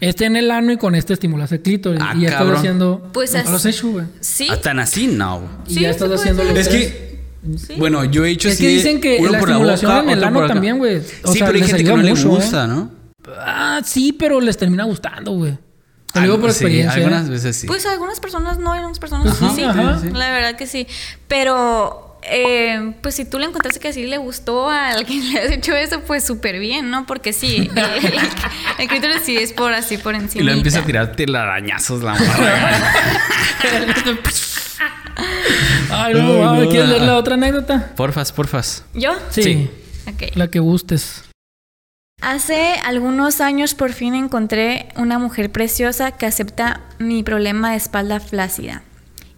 Speaker 1: Este en el ano y con este estimulas el clítoris.
Speaker 2: Ah,
Speaker 1: y ya estás
Speaker 2: cabrón.
Speaker 1: haciendo.
Speaker 3: Pues
Speaker 1: nunca
Speaker 3: es-
Speaker 1: los he hecho, güey.
Speaker 2: [laughs]
Speaker 1: [laughs]
Speaker 3: Sí, [laughs]
Speaker 2: Ah, tan así, no.
Speaker 1: Y
Speaker 3: Sí,
Speaker 1: ya
Speaker 3: se
Speaker 1: estás
Speaker 3: puede
Speaker 1: haciendo los
Speaker 3: hacer.
Speaker 2: Es
Speaker 1: tres.
Speaker 2: que, bueno, yo he hecho
Speaker 1: Es
Speaker 2: así
Speaker 1: que
Speaker 2: de
Speaker 1: dicen que
Speaker 2: uno
Speaker 1: la
Speaker 2: por
Speaker 1: estimulación en
Speaker 2: boca,
Speaker 1: el
Speaker 2: otro
Speaker 1: ano
Speaker 2: por acá.
Speaker 1: también, güey. O
Speaker 2: Sí,
Speaker 1: sea,
Speaker 2: pero hay
Speaker 1: les
Speaker 2: gente que
Speaker 1: ayuda
Speaker 2: no le
Speaker 1: mucho, ¿eh?
Speaker 2: gusta, ¿no?
Speaker 1: Ah, sí, pero les termina gustando, güey. Te lo digo por
Speaker 2: Ah, sí,
Speaker 1: experiencia. ¿eh?
Speaker 2: algunas veces sí.
Speaker 3: Pues algunas personas no, algunas personas
Speaker 1: Ajá,
Speaker 3: sí.
Speaker 1: ajá.
Speaker 3: La verdad que sí. Pero, eh, pues si tú le encontraste que sí le gustó a alguien [laughs] le has hecho eso, pues súper bien, ¿no? Porque sí, el, el, el clítoris sí es por así, por
Speaker 2: y
Speaker 3: encima.
Speaker 2: luego empieza a tirar telarañazos
Speaker 1: [laughs]
Speaker 2: la morra.
Speaker 1: Ay, no,
Speaker 2: Ay,
Speaker 1: ah,
Speaker 2: no,
Speaker 1: ¿Quieres
Speaker 2: ah.
Speaker 1: leer la otra anécdota?
Speaker 2: porfas, porfas.
Speaker 3: ¿Yo?
Speaker 1: Sí,
Speaker 2: Sí.
Speaker 3: Ok.
Speaker 1: la que gustes.
Speaker 3: Hace algunos años por fin encontré una mujer preciosa que acepta mi problema de espalda flácida.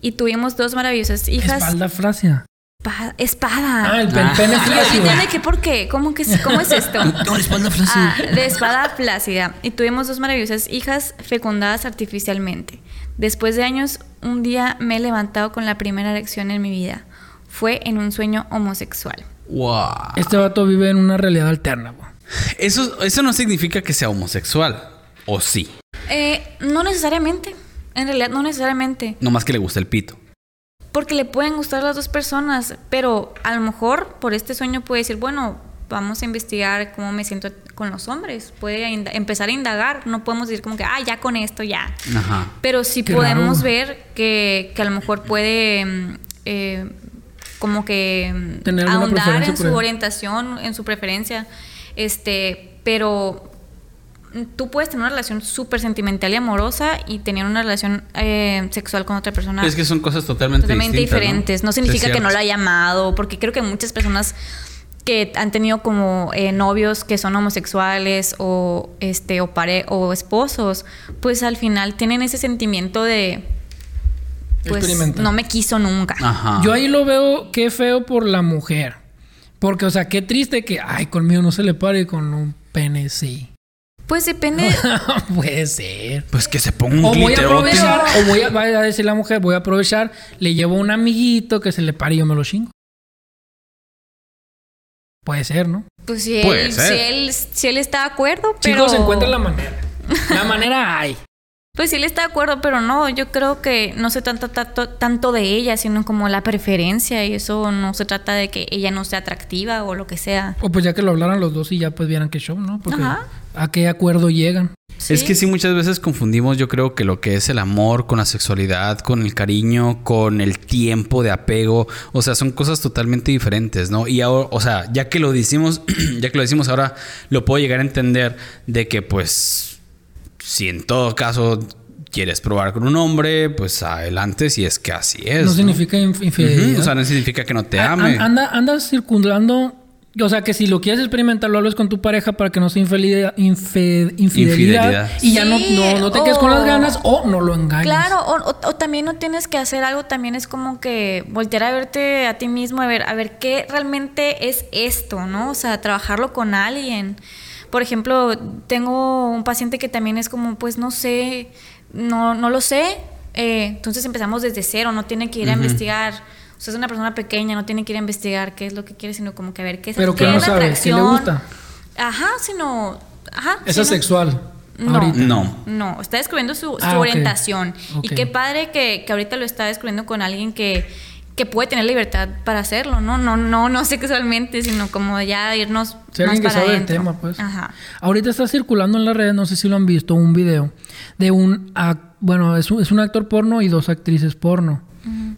Speaker 3: Y tuvimos dos maravillosas hijas.
Speaker 1: Espalda flácida.
Speaker 3: Pa- espada.
Speaker 1: Ah, el pen- pene
Speaker 3: Y yo,
Speaker 1: flácido.
Speaker 3: ¿entiende que por qué? ¿Cómo, que, es- ¿Cómo es esto?
Speaker 2: [laughs] No, la espalda
Speaker 3: Ah,
Speaker 2: flácida.
Speaker 3: de espada flácida. Y tuvimos dos maravillosas hijas fecundadas artificialmente. Después de años, un día me he levantado con la primera erección en mi vida. Fue en un sueño homosexual.
Speaker 2: Wow.
Speaker 1: Este vato vive en una realidad alterna, güey.
Speaker 2: Eso, eso no significa que sea homosexual. O sí.
Speaker 3: Eh, no necesariamente. En realidad, no necesariamente.
Speaker 2: Nomás que le gusta el pito.
Speaker 3: Porque le pueden gustar las dos personas, pero a lo mejor por este sueño puede decir, bueno, vamos a investigar cómo me siento con los hombres. Puede inda- empezar a indagar. No podemos decir como que, ah, ya con esto, ya.
Speaker 2: Ajá.
Speaker 3: Pero sí
Speaker 1: Qué
Speaker 3: podemos
Speaker 1: raro.
Speaker 3: ver que, que a lo mejor puede mm, eh, como que mm,
Speaker 1: Tener alguna
Speaker 3: ahondar
Speaker 1: preferencia
Speaker 3: en
Speaker 1: por
Speaker 3: su
Speaker 1: él.
Speaker 3: orientación, en su preferencia. Este, pero mm, tú puedes tener una relación súper sentimental y amorosa y tener una relación eh, sexual con otra persona
Speaker 2: Es que son cosas totalmente,
Speaker 3: totalmente
Speaker 2: distintas,
Speaker 3: diferentes. No, significa
Speaker 2: Sí, es
Speaker 3: que no
Speaker 2: cierto.
Speaker 3: lo haya amado, porque creo que muchas personas que han tenido como eh, novios que son homosexuales o este o pare o esposos, pues al final tienen ese sentimiento de pues
Speaker 1: Experimenta.
Speaker 3: no me quiso nunca.
Speaker 2: Ajá.
Speaker 1: Yo ahí lo veo qué feo por la mujer. Porque, o sea, qué triste que, ay, conmigo no se le pare y con un pene sí. [laughs]
Speaker 2: [laughs]
Speaker 3: Pues depende
Speaker 1: Puede ser.
Speaker 2: Pues que se ponga
Speaker 1: O
Speaker 2: un
Speaker 1: voy a
Speaker 2: glitterote.
Speaker 1: aprovechar, o voy a, va a decir la mujer, voy a aprovechar, le llevo a un amiguito que se le pare y yo me lo chingo. Puede ser, ¿no?
Speaker 3: pues si él,
Speaker 2: Puede ser.
Speaker 3: si él si él está de acuerdo, pero
Speaker 1: Chicos, encuentren la manera. La manera hay.
Speaker 3: Pues sí, él está de acuerdo, pero no, yo creo que no se trata tanto, tanto de ella, sino como la preferencia, y eso no se trata de que ella no sea atractiva o lo que sea.
Speaker 1: O pues ya que lo hablaran los dos y ya pues vieran qué show, ¿no? Porque
Speaker 3: Ajá.
Speaker 1: a qué acuerdo llegan.
Speaker 2: Es que sí, muchas veces confundimos, yo creo que lo que es el amor con la sexualidad, con el cariño, con el tiempo de apego, o sea, son cosas totalmente diferentes, ¿no? Y ahora, o sea, ya que lo decimos, [clears throat] ya que lo decimos ahora, lo puedo llegar a entender de que, pues, si en todo caso quieres probar con un hombre, pues adelante, si es que así es.
Speaker 1: no, significa inf- infidelidad.
Speaker 2: Ujú, O sea, no significa que no te
Speaker 1: A-
Speaker 2: ame.
Speaker 1: an- anda, anda circundando. O sea, que si lo quieres experimentar, lo hables con tu pareja para que no sea infelida- infe- infidelidad.
Speaker 2: Infidelidad.
Speaker 1: Y ya no,
Speaker 3: Sí,
Speaker 1: no, no te quedes con
Speaker 3: o-
Speaker 1: las ganas o no lo engañes.
Speaker 3: Claro, o, o- o también no tienes que hacer algo, también es como que voltear a verte a ti mismo, a ver, a ver qué realmente es esto, ¿no? O sea, trabajarlo con alguien. Por ejemplo, tengo un paciente que también es como, pues no sé, no, no lo sé. eh, entonces empezamos desde cero, no tiene que ir a investigar. O sea, es una persona pequeña, no tiene que ir a investigar qué es lo que quiere, sino como que a ver qué es,
Speaker 1: Pero que
Speaker 3: qué
Speaker 1: no
Speaker 3: es la
Speaker 1: sabe, ¿qué le
Speaker 3: atracción.
Speaker 1: gusta?
Speaker 3: Ajá, sino... Ajá.
Speaker 1: Es
Speaker 3: sino-
Speaker 1: asexual.
Speaker 3: No.
Speaker 1: Ahorita.
Speaker 2: No.
Speaker 3: no, está descubriendo su, su
Speaker 1: Ah, ok.
Speaker 3: orientación.
Speaker 1: Ok.
Speaker 3: Y qué padre que, que ahorita lo está descubriendo con alguien que, que puede tener libertad para hacerlo, ¿no? No, no, no sexualmente, sino como ya irnos
Speaker 1: Si
Speaker 3: más
Speaker 1: alguien que
Speaker 3: para
Speaker 1: sabe del
Speaker 3: adentro.
Speaker 1: tema, pues.
Speaker 3: Ajá.
Speaker 1: Ahorita está circulando en las redes, no sé si lo han visto, un video de un. ac- bueno, es un, es un actor porno y dos actrices porno.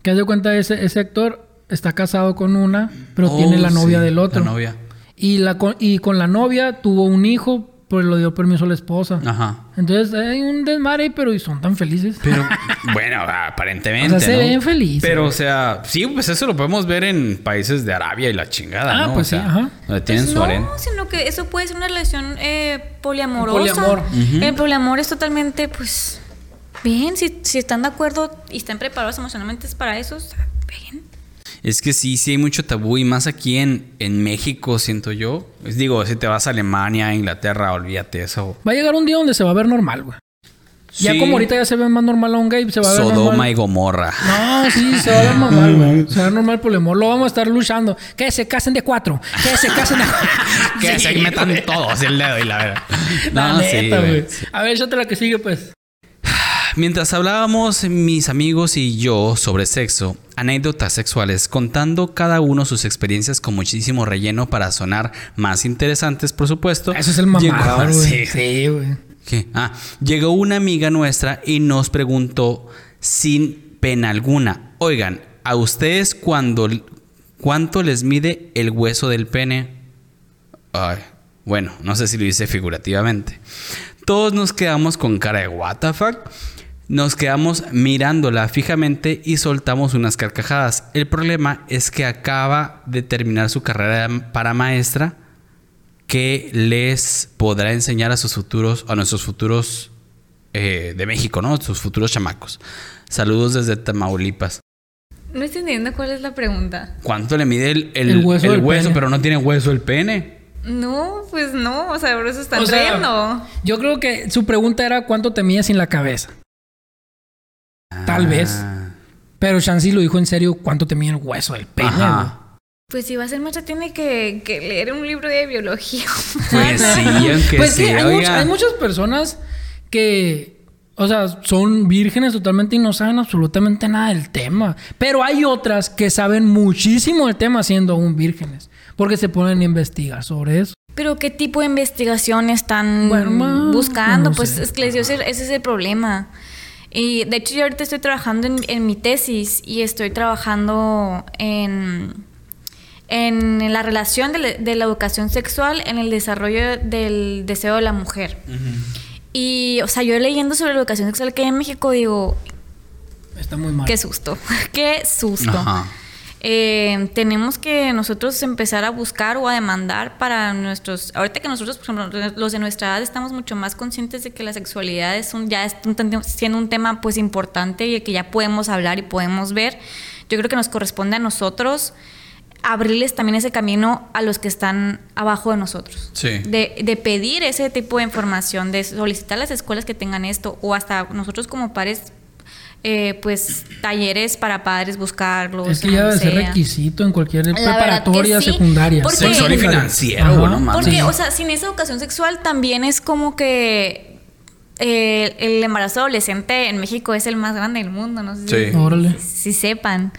Speaker 1: Que haz de cuenta, ese, ese actor está casado con una, pero
Speaker 2: Oh,
Speaker 1: tiene la novia
Speaker 2: sí,
Speaker 1: del otro.
Speaker 2: La novia.
Speaker 1: Y, la, co- y con la novia tuvo un hijo, pues lo dio permiso a la esposa.
Speaker 2: Ajá.
Speaker 1: Entonces hay un desmadre, ahí, pero y son tan felices.
Speaker 2: Pero bueno, aparentemente.
Speaker 1: O sea, se
Speaker 2: ¿no?
Speaker 1: ven felices.
Speaker 2: Pero, o sea, sí, pues eso lo podemos ver en países de Arabia y la chingada,
Speaker 1: Ah,
Speaker 2: ¿no?
Speaker 1: pues
Speaker 2: o
Speaker 1: sí,
Speaker 2: sea,
Speaker 1: ajá.
Speaker 2: Donde tienen
Speaker 3: Pues
Speaker 2: su harén.
Speaker 3: no, sino que eso puede ser una relación eh, poliamorosa.
Speaker 1: Poliamor.
Speaker 3: El poliamor es totalmente, pues, bien, si, si están de acuerdo y están preparados emocionalmente para eso, está bien.
Speaker 2: Es que sí, sí hay mucho tabú y más aquí en, en México, siento yo. Es- Digo, si te vas a Alemania, Inglaterra, olvídate eso.
Speaker 1: [laughs] Va a llegar un día donde se va a ver normal, güey. Ya
Speaker 2: Sí,
Speaker 1: como ahorita ya se ve más normal a un gay, se va a ver
Speaker 2: Sodoma
Speaker 1: normal.
Speaker 2: y Gomorra.
Speaker 1: No, sí, se va a ver normal, güey. Se va a ver normal por el amor. Lo vamos a estar luchando. Que se casen de cuatro. Que se casen de cuatro.
Speaker 2: [laughs]
Speaker 1: [laughs]
Speaker 2: Que
Speaker 1: Sí,
Speaker 2: se metan
Speaker 1: güey.
Speaker 2: todos el dedo y la verdad.
Speaker 1: La
Speaker 2: No, sí,
Speaker 1: neta,
Speaker 2: güey.
Speaker 1: güey. A ver, échate la que sigue, pues.
Speaker 2: Mientras hablábamos mis amigos y yo sobre sexo, anécdotas sexuales, contando cada uno sus experiencias con muchísimo relleno para sonar más interesantes, por supuesto.
Speaker 1: Eso es el
Speaker 2: llegó-
Speaker 1: mamador,
Speaker 2: [laughs] Sí.
Speaker 1: güey. Sí, güey.
Speaker 2: ¿Qué? Ah, llegó una amiga nuestra y nos preguntó sin pena alguna, oigan, ¿a ustedes cuando, cuánto les mide el hueso del pene? Ay, bueno, no sé si lo hice figurativamente. Todos nos quedamos con cara de what the fuck. Nos quedamos mirándola fijamente y soltamos unas carcajadas. El problema es que acaba de terminar su carrera para maestra que les podrá enseñar a sus futuros, a nuestros futuros eh, de México, ¿no? Sus futuros chamacos. Saludos desde Tamaulipas.
Speaker 3: No estoy entendiendo cuál es la pregunta.
Speaker 2: ¿Cuánto le mide el, el-
Speaker 1: El hueso
Speaker 2: el
Speaker 1: del
Speaker 2: hueso
Speaker 1: pene.
Speaker 2: pero no tiene hueso el pene?
Speaker 3: No, pues no, o sea, por eso están
Speaker 1: O sea,
Speaker 3: riendo.
Speaker 1: Yo creo que su pregunta era cuánto te mide sin la cabeza.
Speaker 2: Ah.
Speaker 1: Tal vez. Pero Shansi lo dijo en serio cuánto te mide el hueso del pene,
Speaker 2: Ajá.
Speaker 1: güey.
Speaker 3: Pues si va a ser maestra tiene que, que leer un libro de biología.
Speaker 2: Pues sí,
Speaker 1: [laughs]
Speaker 2: aunque
Speaker 1: Pues sí,
Speaker 2: sí,
Speaker 1: hay,
Speaker 2: oiga.
Speaker 1: much- hay muchas personas que, o sea, son vírgenes totalmente y no saben absolutamente nada del tema. Pero hay otras que saben muchísimo del tema siendo aún vírgenes. Porque se ponen a investigar sobre eso.
Speaker 3: Pero qué tipo de investigación están
Speaker 1: Bueno, ma,
Speaker 3: buscando,
Speaker 1: no
Speaker 3: pues
Speaker 1: sé.
Speaker 3: es que les digo, ese ese es el problema. Y de hecho yo ahorita estoy trabajando en, en mi tesis y estoy trabajando en, en la relación de la, de la educación sexual en el desarrollo del deseo de la mujer. Y, o sea, yo leyendo sobre la educación sexual que hay en México, digo,
Speaker 1: Está muy mal.
Speaker 3: qué susto, [laughs] qué susto.
Speaker 2: Ajá.
Speaker 3: Eh, tenemos que nosotros empezar a buscar o a demandar para nuestros. Ahorita que nosotros, por ejemplo, los de nuestra edad, estamos mucho más conscientes de que la sexualidad es un, ya es un tan- siendo un tema pues importante y que ya podemos hablar y podemos ver. Yo creo que nos corresponde a nosotros abrirles también ese camino a los que están abajo de nosotros.
Speaker 2: Sí.
Speaker 3: De, de pedir ese tipo de información, de solicitar a las escuelas que tengan esto, o hasta nosotros como pares, eh, pues talleres para padres buscarlos.
Speaker 1: Es que ya
Speaker 3: como
Speaker 1: debe ser
Speaker 3: sea.
Speaker 1: requisito en cualquier
Speaker 3: verdad
Speaker 1: preparatoria,
Speaker 3: que sí,
Speaker 1: secundaria.
Speaker 3: porque-
Speaker 2: Sexual y financiero,
Speaker 1: Ajá.
Speaker 2: güey, no mames.
Speaker 3: Porque,
Speaker 1: Sí.
Speaker 3: o sea, sin esa educación sexual también es como que eh, el embarazo adolescente en México es el más grande del mundo, no sé si-
Speaker 2: Sí.
Speaker 1: Órale.
Speaker 3: si sepan.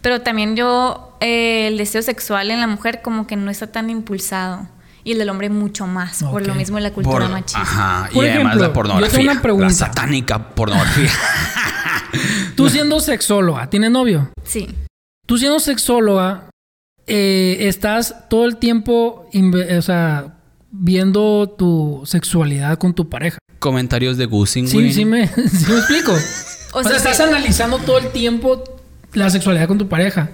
Speaker 3: Pero también yo, eh, el deseo sexual en la mujer como que no está tan impulsado. Y el del hombre mucho más, por lo
Speaker 1: Ok.
Speaker 3: mismo de la cultura
Speaker 2: Por-
Speaker 3: machista.
Speaker 2: Ajá.
Speaker 1: Por
Speaker 2: y
Speaker 1: ejemplo, yo
Speaker 2: además la
Speaker 1: tengo
Speaker 2: pornografía.
Speaker 1: una pregunta.
Speaker 2: La satánica
Speaker 1: [laughs]
Speaker 2: pornografía.
Speaker 1: Tú siendo sexóloga, ¿tienes novio?
Speaker 3: Sí.
Speaker 1: Tú siendo sexóloga, eh, estás todo el tiempo, inve- eh, o sea, viendo tu sexualidad con tu pareja.
Speaker 2: Comentarios de Gusing,
Speaker 1: Sí,
Speaker 2: güey.
Speaker 1: sí me, [laughs] sí me explico. O, sea,
Speaker 3: sí.
Speaker 1: estás analizando todo el tiempo la sexualidad con tu pareja.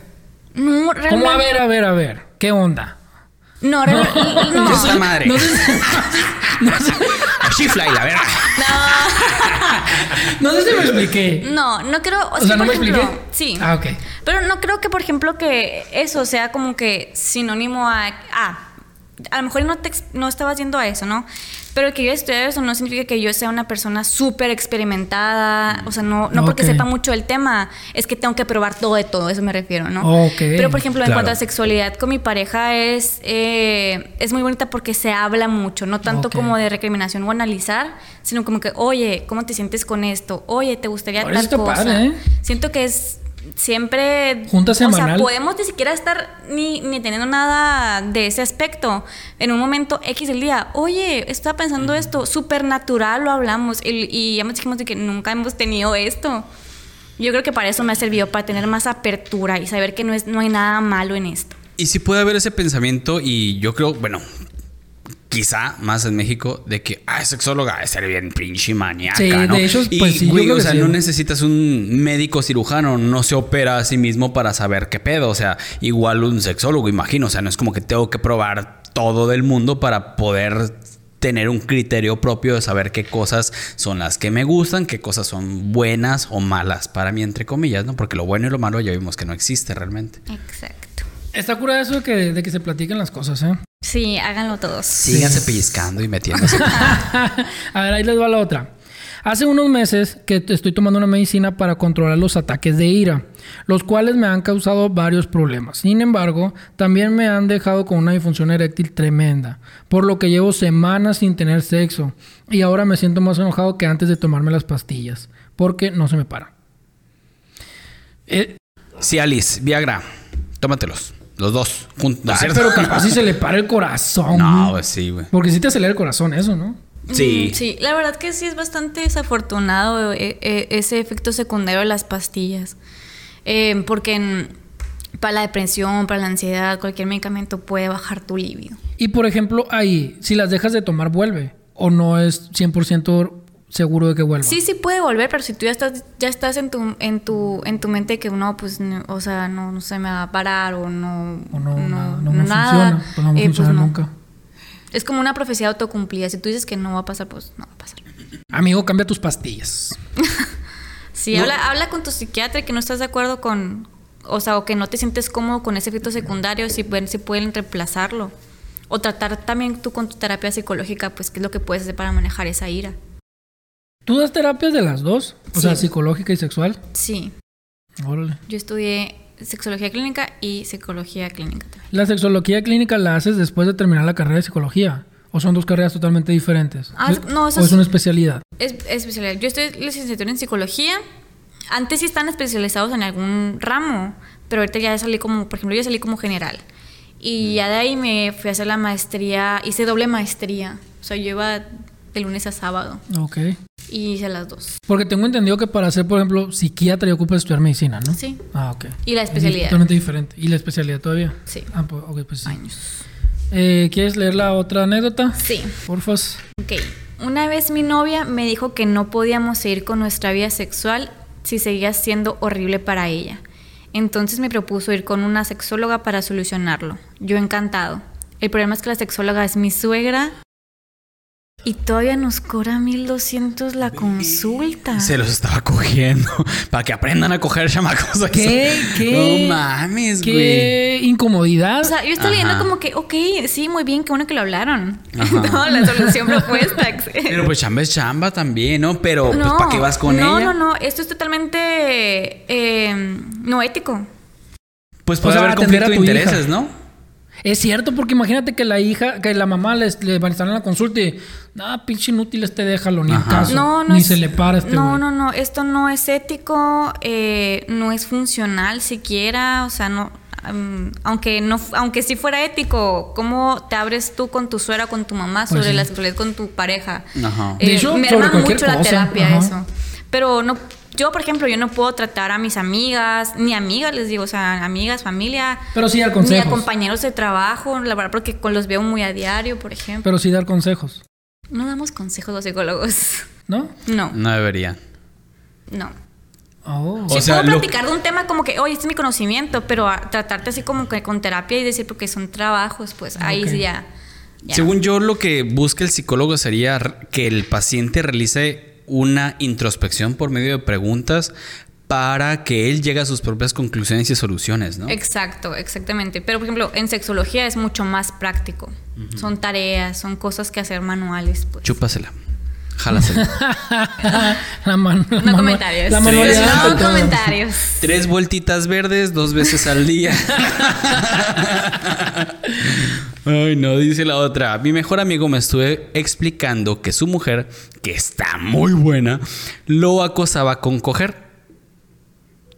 Speaker 3: No, realmente.
Speaker 1: ¿Cómo? A ver, a ver, a ver. ¿Qué onda?
Speaker 3: No, real- no.
Speaker 2: ¿Qué es esta madre?
Speaker 1: No sé, no sé-
Speaker 2: Chifla y la verga.
Speaker 1: [laughs] no sé si me expliqué.
Speaker 3: No, no creo.
Speaker 1: O sea, ¿no
Speaker 3: por
Speaker 1: me
Speaker 3: ejemplo,
Speaker 1: expliqué?
Speaker 3: Sí.
Speaker 1: Ah, ok.
Speaker 3: Pero no creo que, por ejemplo, que eso sea como que sinónimo a. a a lo mejor no, te ex- no estabas yendo a eso, ¿no? Pero que yo estudie eso no significa que yo sea una persona súper experimentada. O sea, no, no porque
Speaker 1: Ok.
Speaker 3: sepa mucho el tema, es que tengo que probar todo de todo, eso me refiero, ¿no?
Speaker 1: Ok.
Speaker 3: Pero, por ejemplo, en
Speaker 2: Claro.
Speaker 3: cuanto a sexualidad con mi pareja es, eh, es muy bonita porque se habla mucho, no tanto
Speaker 1: Ok.
Speaker 3: como de recriminación o analizar, sino como que, oye, ¿cómo te sientes con esto? Oye, ¿te gustaría
Speaker 1: Oye,
Speaker 3: tal
Speaker 1: está
Speaker 3: cosa?
Speaker 1: padre, ¿eh?
Speaker 3: Siento que es siempre...
Speaker 1: Junta
Speaker 3: O sea,
Speaker 1: semanal.
Speaker 3: podemos ni siquiera estar ni, ni teniendo nada de ese aspecto. En un momento X del día, oye, estaba pensando esto, súper natural lo hablamos y, y ya nos dijimos de que nunca hemos tenido esto. Yo creo que para eso me ha servido, para tener más apertura y saber que no, es, no hay nada malo en esto.
Speaker 2: Y sí puede haber ese pensamiento y yo creo, bueno, quizá más en México, de que, ah, es sexóloga, es ser bien pinche maníaca,
Speaker 1: Sí, de
Speaker 2: ¿no?
Speaker 1: hecho,
Speaker 2: y,
Speaker 1: pues sí, yo
Speaker 2: güey,
Speaker 1: creo
Speaker 2: o
Speaker 1: que
Speaker 2: sea,
Speaker 1: sí.
Speaker 2: no necesitas un médico cirujano, no se opera a sí mismo para saber qué pedo, o sea, igual un sexólogo, imagino, o sea, no es como que tengo que probar todo del mundo para poder tener un criterio propio de saber qué cosas son las que me gustan, qué cosas son buenas o malas para mí, entre comillas, ¿no? Porque lo bueno y lo malo ya vimos que no existe realmente.
Speaker 3: Exacto.
Speaker 1: Está cura eso de que, de que se platiquen las cosas, ¿eh?
Speaker 3: Sí, háganlo todos.
Speaker 2: Síganse pellizcando y metiéndose.
Speaker 1: [laughs] A ver, ahí les va la otra. Hace unos meses que t- estoy tomando una medicina para controlar los ataques de ira, los cuales me han causado varios problemas. Sin embargo, también me han dejado con una disfunción eréctil tremenda, por lo que llevo semanas sin tener sexo y ahora me siento más enojado que antes de tomarme las pastillas, porque no se me para. Eh,
Speaker 2: [laughs] sí, Alice, Viagra, tómatelos. Los dos. Juntos. ¿no es
Speaker 1: ay,
Speaker 2: cierto?
Speaker 1: pero capaz si se le para el corazón.
Speaker 2: No, pues sí, güey.
Speaker 1: Porque si te acelera el corazón eso, ¿no?
Speaker 2: Sí.
Speaker 3: Mm, Sí, la verdad que sí es bastante desafortunado eh, eh, ese efecto secundario de las pastillas. Eh, porque en- para la depresión, para la ansiedad, cualquier medicamento puede bajar tu libido.
Speaker 1: Y por ejemplo, ahí, si las dejas de tomar, vuelve. O no es 100% seguro de que vuelva.
Speaker 3: Sí, sí puede volver, pero si tú ya estás, ya estás en tu, en tu, en tu mente que no, pues, no, o sea, no, no se me va a parar o no,
Speaker 1: O no, nada, no me funciona. Pues no me
Speaker 3: eh, pues
Speaker 1: funciona
Speaker 3: no.
Speaker 1: nunca.
Speaker 3: Es como una profecía autocumplida. Si tú dices que no va a pasar, pues no va a pasar.
Speaker 1: Amigo, cambia tus pastillas.
Speaker 3: Sí, habla, habla con tu psiquiatra que no estás de acuerdo con, o sea, o que no te sientes cómodo con ese efecto secundario, si pueden, si pueden reemplazarlo. O tratar también tú con tu terapia psicológica, pues qué es lo que puedes hacer para manejar esa ira.
Speaker 1: ¿Tú das terapias de las dos? O
Speaker 3: Sí.
Speaker 1: sea, psicológica y sexual.
Speaker 3: Sí,
Speaker 1: Órale.
Speaker 3: yo estudié sexología clínica y psicología clínica también.
Speaker 1: ¿La sexología clínica la haces después de terminar la carrera de psicología? ¿O son dos carreras totalmente diferentes?
Speaker 3: Ah, no,
Speaker 1: ¿O
Speaker 3: eso
Speaker 1: es
Speaker 3: es-
Speaker 1: una especialidad?
Speaker 3: Es, es especialidad. Yo estoy licenciatura en psicología. Antes sí están especializados en algún ramo, pero ahorita ya salí como, por ejemplo, yo salí como general. Y ya de ahí me fui a hacer la maestría, hice doble maestría. O sea, yo iba de lunes a sábado
Speaker 1: Ok.
Speaker 3: y hice las dos.
Speaker 1: Porque tengo entendido que para ser, por ejemplo, psiquiatra ya ocupas estudiar medicina, ¿no?
Speaker 3: Sí.
Speaker 1: Ah, ok.
Speaker 3: Y la
Speaker 1: Es
Speaker 3: especialidad.
Speaker 1: totalmente diferente. ¿Y la especialidad todavía?
Speaker 3: Sí.
Speaker 1: Ah, pues, ok, pues sí.
Speaker 3: Años.
Speaker 1: Eh, ¿Quieres leer la otra anécdota?
Speaker 3: Sí.
Speaker 1: Porfas.
Speaker 3: Ok. Una vez mi novia me dijo que no podíamos seguir con nuestra vida sexual si seguía siendo horrible para ella. Entonces me propuso ir con una sexóloga para solucionarlo. Yo encantado. El problema es que la sexóloga es mi suegra y todavía nos cobra 1200 la consulta.
Speaker 2: Se los estaba cogiendo. [laughs] Para que aprendan a coger [laughs] chamacos.
Speaker 1: [laughs]
Speaker 2: aquí.
Speaker 1: ¿Qué? ¿Qué?
Speaker 2: No mames, güey.
Speaker 1: Qué incomodidad.
Speaker 3: O sea, yo estoy leyendo
Speaker 2: Ajá.
Speaker 3: como que, ok, sí, muy bien, qué bueno que lo hablaron.
Speaker 2: Ajá.
Speaker 3: [laughs] no, la solución propuesta.
Speaker 2: Pero pues chamba es chamba también, ¿no? [laughs] Pero pues
Speaker 3: No,
Speaker 2: ¿para qué vas con
Speaker 3: no,
Speaker 2: ella?
Speaker 3: No, no, esto es totalmente eh, no ético.
Speaker 2: Pues
Speaker 1: O
Speaker 2: puede
Speaker 1: sea,
Speaker 2: haber
Speaker 1: atender a
Speaker 2: conflicto de
Speaker 1: tu hija.
Speaker 2: intereses, ¿no?
Speaker 1: es cierto, porque imagínate que la hija, que la mamá les, le van a estar en la consulta y, ah, pinche inútil este déjalo, ni en
Speaker 2: Ajá.
Speaker 1: caso.
Speaker 3: No, no
Speaker 1: ni
Speaker 3: es-
Speaker 1: se le para este
Speaker 3: No,
Speaker 1: güey.
Speaker 3: no, no. Esto no es ético, eh, no es funcional siquiera. O sea, no. am, aunque no, fu- aunque sí fuera ético, ¿cómo te abres tú con tu suegra, con tu mamá sobre
Speaker 1: Pues sí.
Speaker 3: la sexualidad con tu pareja? Eh,
Speaker 2: Ajá.
Speaker 1: De hecho,
Speaker 3: me
Speaker 1: sobre
Speaker 3: arma
Speaker 1: cualquier
Speaker 3: mucho la
Speaker 1: cosa,
Speaker 3: terapia
Speaker 1: ajá.
Speaker 3: eso. Pero no, yo por ejemplo, yo no puedo tratar a mis amigas, ni amigas les digo, o sea, amigas, familia,
Speaker 1: Pero sí dar
Speaker 3: ni a
Speaker 1: consejos.
Speaker 3: compañeros de trabajo, la verdad, porque con los veo muy a diario, por ejemplo.
Speaker 1: Pero sí dar consejos,
Speaker 3: No damos consejos los psicólogos. [laughs]
Speaker 1: ¿no?
Speaker 3: No,
Speaker 2: No debería.
Speaker 3: no.
Speaker 1: Oh.
Speaker 2: O
Speaker 3: Sí
Speaker 2: sea,
Speaker 3: puedo
Speaker 2: lo-
Speaker 3: platicar de un tema como que, oye, este es mi conocimiento, pero a- tratarte así como que con terapia y decir porque son trabajos, pues
Speaker 2: Ah,
Speaker 3: ahí
Speaker 1: Ok.
Speaker 3: sí ya. ya.
Speaker 2: Según yo, lo que busca el psicólogo sería r- que el paciente realice una introspección por medio de preguntas para que él llegue a sus propias conclusiones y soluciones, ¿no?
Speaker 3: Exacto, exactamente. Pero por ejemplo, en sexología es mucho más práctico. Son tareas, son cosas que hacer manuales,
Speaker 2: [laughs]
Speaker 3: pues.
Speaker 2: Chúpasela. Jálasela.
Speaker 1: [laughs] la mano. La
Speaker 3: No
Speaker 1: manu-
Speaker 3: comentarios.
Speaker 1: La
Speaker 2: Sí.
Speaker 1: manualidad.
Speaker 2: Manualidad
Speaker 3: [laughs] No
Speaker 1: ante todo.
Speaker 3: comentarios.
Speaker 2: Tres vueltitas verdes dos veces al día. Ay, no, dice la otra. Mi mejor amigo me estuve explicando que su mujer, que está muy buena, lo acosaba con coger,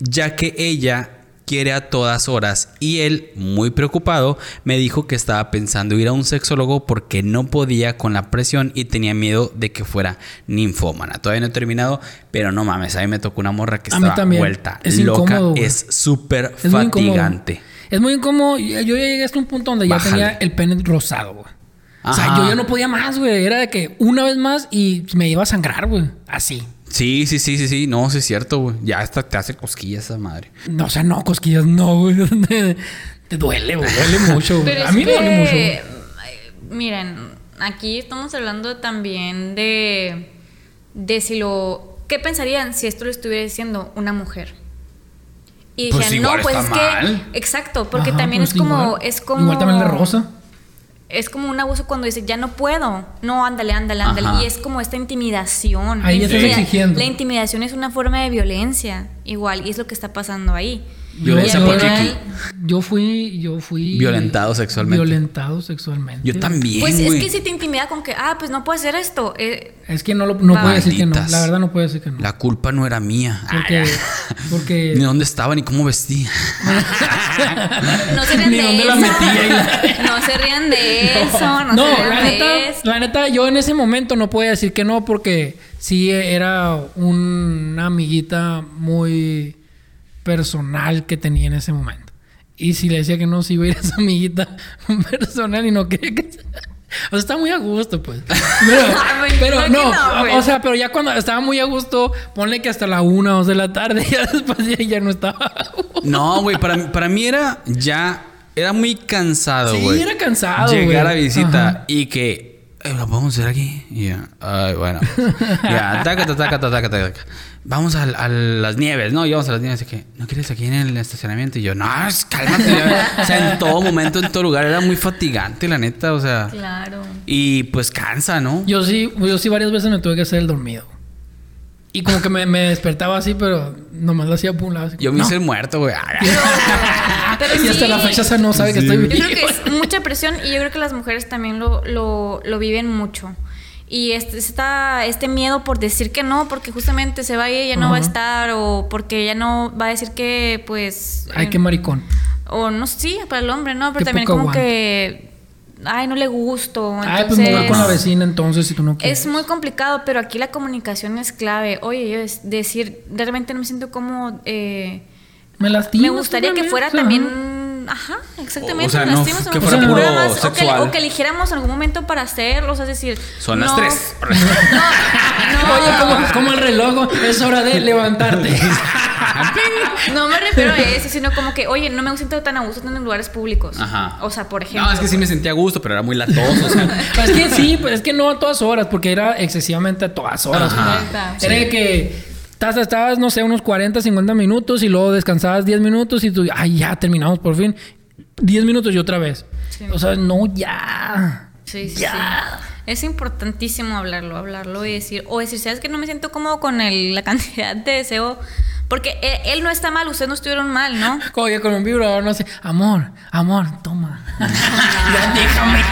Speaker 2: ya que ella quiere a todas horas y él, muy preocupado, me dijo que estaba pensando ir a un sexólogo porque no podía con la presión y tenía miedo de que fuera ninfómana. Todavía no he terminado, pero no mames, a mí me tocó una morra que
Speaker 1: A mí
Speaker 2: estaba
Speaker 1: también.
Speaker 2: vuelta
Speaker 1: Es
Speaker 2: loca,
Speaker 1: incómodo, güey.
Speaker 2: es súper
Speaker 1: Es muy incómodo.
Speaker 2: fatigante.
Speaker 1: Es muy incómodo. Yo yo ya llegué hasta un punto donde ya
Speaker 2: Bájale.
Speaker 1: tenía el pene rosado, güey. O sea,
Speaker 2: Ajá.
Speaker 1: yo ya no podía más, güey. Era de que una vez más y me iba a sangrar, güey. Así.
Speaker 2: Sí, sí, sí, sí, sí. No, sí es cierto, güey. Ya hasta te hace cosquillas esa madre.
Speaker 1: No, o sea, no, cosquillas, no, güey. [laughs] Te duele, güey. Duele mucho, güey.
Speaker 3: Pero
Speaker 1: A
Speaker 3: es
Speaker 1: mí me
Speaker 3: que,
Speaker 1: duele mucho. güey.
Speaker 3: eh, Miren, aquí estamos hablando también de, de si lo... ¿Qué pensarían si esto lo estuviera diciendo una mujer? Y
Speaker 2: Pues
Speaker 3: dijeron,
Speaker 2: igual
Speaker 3: no, pues
Speaker 2: está
Speaker 3: es
Speaker 2: mal.
Speaker 3: que... Exacto, porque
Speaker 1: Ajá,
Speaker 3: también
Speaker 1: pues
Speaker 3: es como...
Speaker 1: igual.
Speaker 3: es como
Speaker 1: Igual también la rosa.
Speaker 3: Es como un abuso cuando dice, ya no puedo. No, ándale, ándale, ándale.
Speaker 2: Ajá.
Speaker 3: Y es como esta intimidación.
Speaker 1: Ahí ya
Speaker 3: La
Speaker 1: estás
Speaker 3: intimida-
Speaker 1: exigiendo.
Speaker 3: La intimidación es una forma de violencia, igual, y es lo que está pasando ahí.
Speaker 2: Violencia
Speaker 3: Y al
Speaker 2: por
Speaker 3: final-
Speaker 2: chiqui.
Speaker 1: Yo fui, yo fui...
Speaker 2: Violentado sexualmente.
Speaker 1: Violentado sexualmente.
Speaker 2: Yo también,
Speaker 3: Pues
Speaker 2: güey.
Speaker 3: es que si te intimida con que, ah, pues no puedo hacer esto. eh,
Speaker 1: Es que no, lo, no puedo decir que no.
Speaker 2: Malditas.
Speaker 1: La verdad no puedo decir que no.
Speaker 2: La culpa no era mía. [laughs]
Speaker 1: Porque... porque...
Speaker 2: Ni dónde estaba, ni
Speaker 1: [laughs]
Speaker 2: cómo vestía. [laughs]
Speaker 3: [laughs] no se rían
Speaker 1: Ni
Speaker 3: de
Speaker 1: dónde
Speaker 3: eso.
Speaker 1: la metí ahí la-
Speaker 3: [laughs] No se rían de eso. No,
Speaker 1: [laughs] No,
Speaker 3: se rían
Speaker 1: la
Speaker 3: de
Speaker 1: neta,
Speaker 3: eso.
Speaker 1: la neta, yo en ese momento no podía decir que no porque sí era una amiguita muy personal que tenía en ese momento. Y si le decía que no, sí iba a ir a esa amiguita [laughs] personal y no quería que... se- O sea, está muy a gusto,
Speaker 3: [laughs]
Speaker 1: pues. Pero,
Speaker 3: Ay,
Speaker 1: pero
Speaker 3: no Ah, pues. que
Speaker 1: no,
Speaker 3: no, güey.
Speaker 1: o sea, pero ya cuando estaba muy a gusto, ponle que hasta la una o dos de la tarde, [laughs] ya después ya, ya no estaba. a gusto.
Speaker 2: No, güey, para, para mí era ya. Era muy cansado,
Speaker 1: Sí,
Speaker 2: güey.
Speaker 1: era cansado,
Speaker 2: Llegar
Speaker 1: güey.
Speaker 2: a visita
Speaker 1: Ajá.
Speaker 2: y que. "Eh, ¿Lo podemos hacer aquí? Y ya, Ay,
Speaker 1: [laughs]
Speaker 2: bueno. Ya, taca, taca, taca, taca, taca, taca. Vamos al- a, las nieves, ¿no? Y vamos a las nieves. Y que, ¿no quieres aquí en el estacionamiento? Y yo, no, es- cálmate. ya". o sea, en todo momento, en todo lugar. Era muy fatigante, la neta, o sea.
Speaker 3: Claro.
Speaker 2: Y pues cansa, ¿no?
Speaker 1: Yo sí, yo sí varias veces me tuve que hacer el dormido. Y como que me, me despertaba así, pero nomás lo hacía por un lado. así
Speaker 2: Yo me
Speaker 1: como,
Speaker 2: hice el muerto, güey. Ah,
Speaker 3: Pero
Speaker 1: "No". Ah, [laughs] Y hasta
Speaker 3: sí.
Speaker 1: la fecha esa no sabe que estoy
Speaker 3: Yo
Speaker 1: vivo.
Speaker 3: creo que es mucha presión y yo creo que las mujeres también lo, lo, lo viven mucho. Y este, esta- este miedo por decir que no, porque justamente se va y ella no va a
Speaker 1: Ajá.
Speaker 3: estar, o porque ella no va a decir que, pues.
Speaker 1: Ay,
Speaker 3: eh,
Speaker 1: qué maricón.
Speaker 3: O no, sí, para el hombre, ¿no? Pero
Speaker 1: Qué
Speaker 3: también
Speaker 1: poco
Speaker 3: como
Speaker 1: aguante.
Speaker 3: que. Ay, no le gusto.
Speaker 1: Ay, pues me voy con la
Speaker 3: entonces-
Speaker 1: vecina entonces si tú no quieres.
Speaker 3: es muy complicado, pero aquí la comunicación es clave. Oye, yo es decir, realmente no me siento como... eh,
Speaker 1: Me lastima.
Speaker 3: me gustaría que
Speaker 1: también,
Speaker 3: fuera
Speaker 1: o sea,
Speaker 3: también... Ajá, exactamente.
Speaker 2: O sea,
Speaker 3: nos
Speaker 2: no,
Speaker 3: lastimos,
Speaker 2: que
Speaker 3: nos
Speaker 1: fuera
Speaker 3: lastimamos.
Speaker 1: puro
Speaker 3: Nada más, o que-
Speaker 2: sexual.
Speaker 3: O que eligiéramos algún momento para hacerlo, o sea, es decir...
Speaker 2: Son las
Speaker 3: no,
Speaker 2: tres.
Speaker 3: No,
Speaker 1: [laughs] Oye, como, como el reloj, es hora de levantarte.
Speaker 3: [laughs] no me refiero a eso, sino como que, oye, no me siento tan a gusto en lugares públicos.
Speaker 2: Ajá.
Speaker 3: O sea, por ejemplo...
Speaker 2: No, es que sí me sentía a gusto, pero era muy latoso. O sea,
Speaker 1: [laughs] Pues es que sí, pues es que no a todas horas, porque era excesivamente a todas horas.
Speaker 2: Ajá.
Speaker 1: güey. Era de que estás, estabas, no sé, unos 40, 50 minutos y luego descansabas 10 minutos y tú, ay, ya terminamos por fin. 10 minutos y otra vez.
Speaker 3: Sí.
Speaker 1: O sea, no, ya.
Speaker 3: Sí, sí,
Speaker 1: Ya.
Speaker 3: sí. Es importantísimo hablarlo, hablarlo y decir, o decir, ¿sabes que no me siento cómodo con el- la [laughs] cantidad de deseo? Porque e- él, no está mal, ustedes no estuvieron mal, ¿no?
Speaker 1: Como que con un vibrador, no sé, amor, amor, toma. [laughs] ya déjame.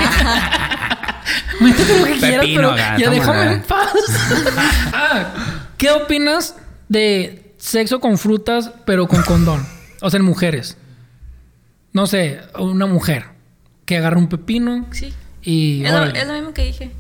Speaker 1: Métete lo que quieras,
Speaker 2: Pepino,
Speaker 1: pero
Speaker 2: gata,
Speaker 1: ya déjame
Speaker 2: madre.
Speaker 1: en paz. [laughs] Ah, ¿Qué opinas de sexo con frutas, pero con condón? O sea, en mujeres. No sé, una mujer que agarra un pepino
Speaker 3: Sí.
Speaker 1: y.
Speaker 3: Es lo,
Speaker 1: órale.
Speaker 3: es lo mismo que dije.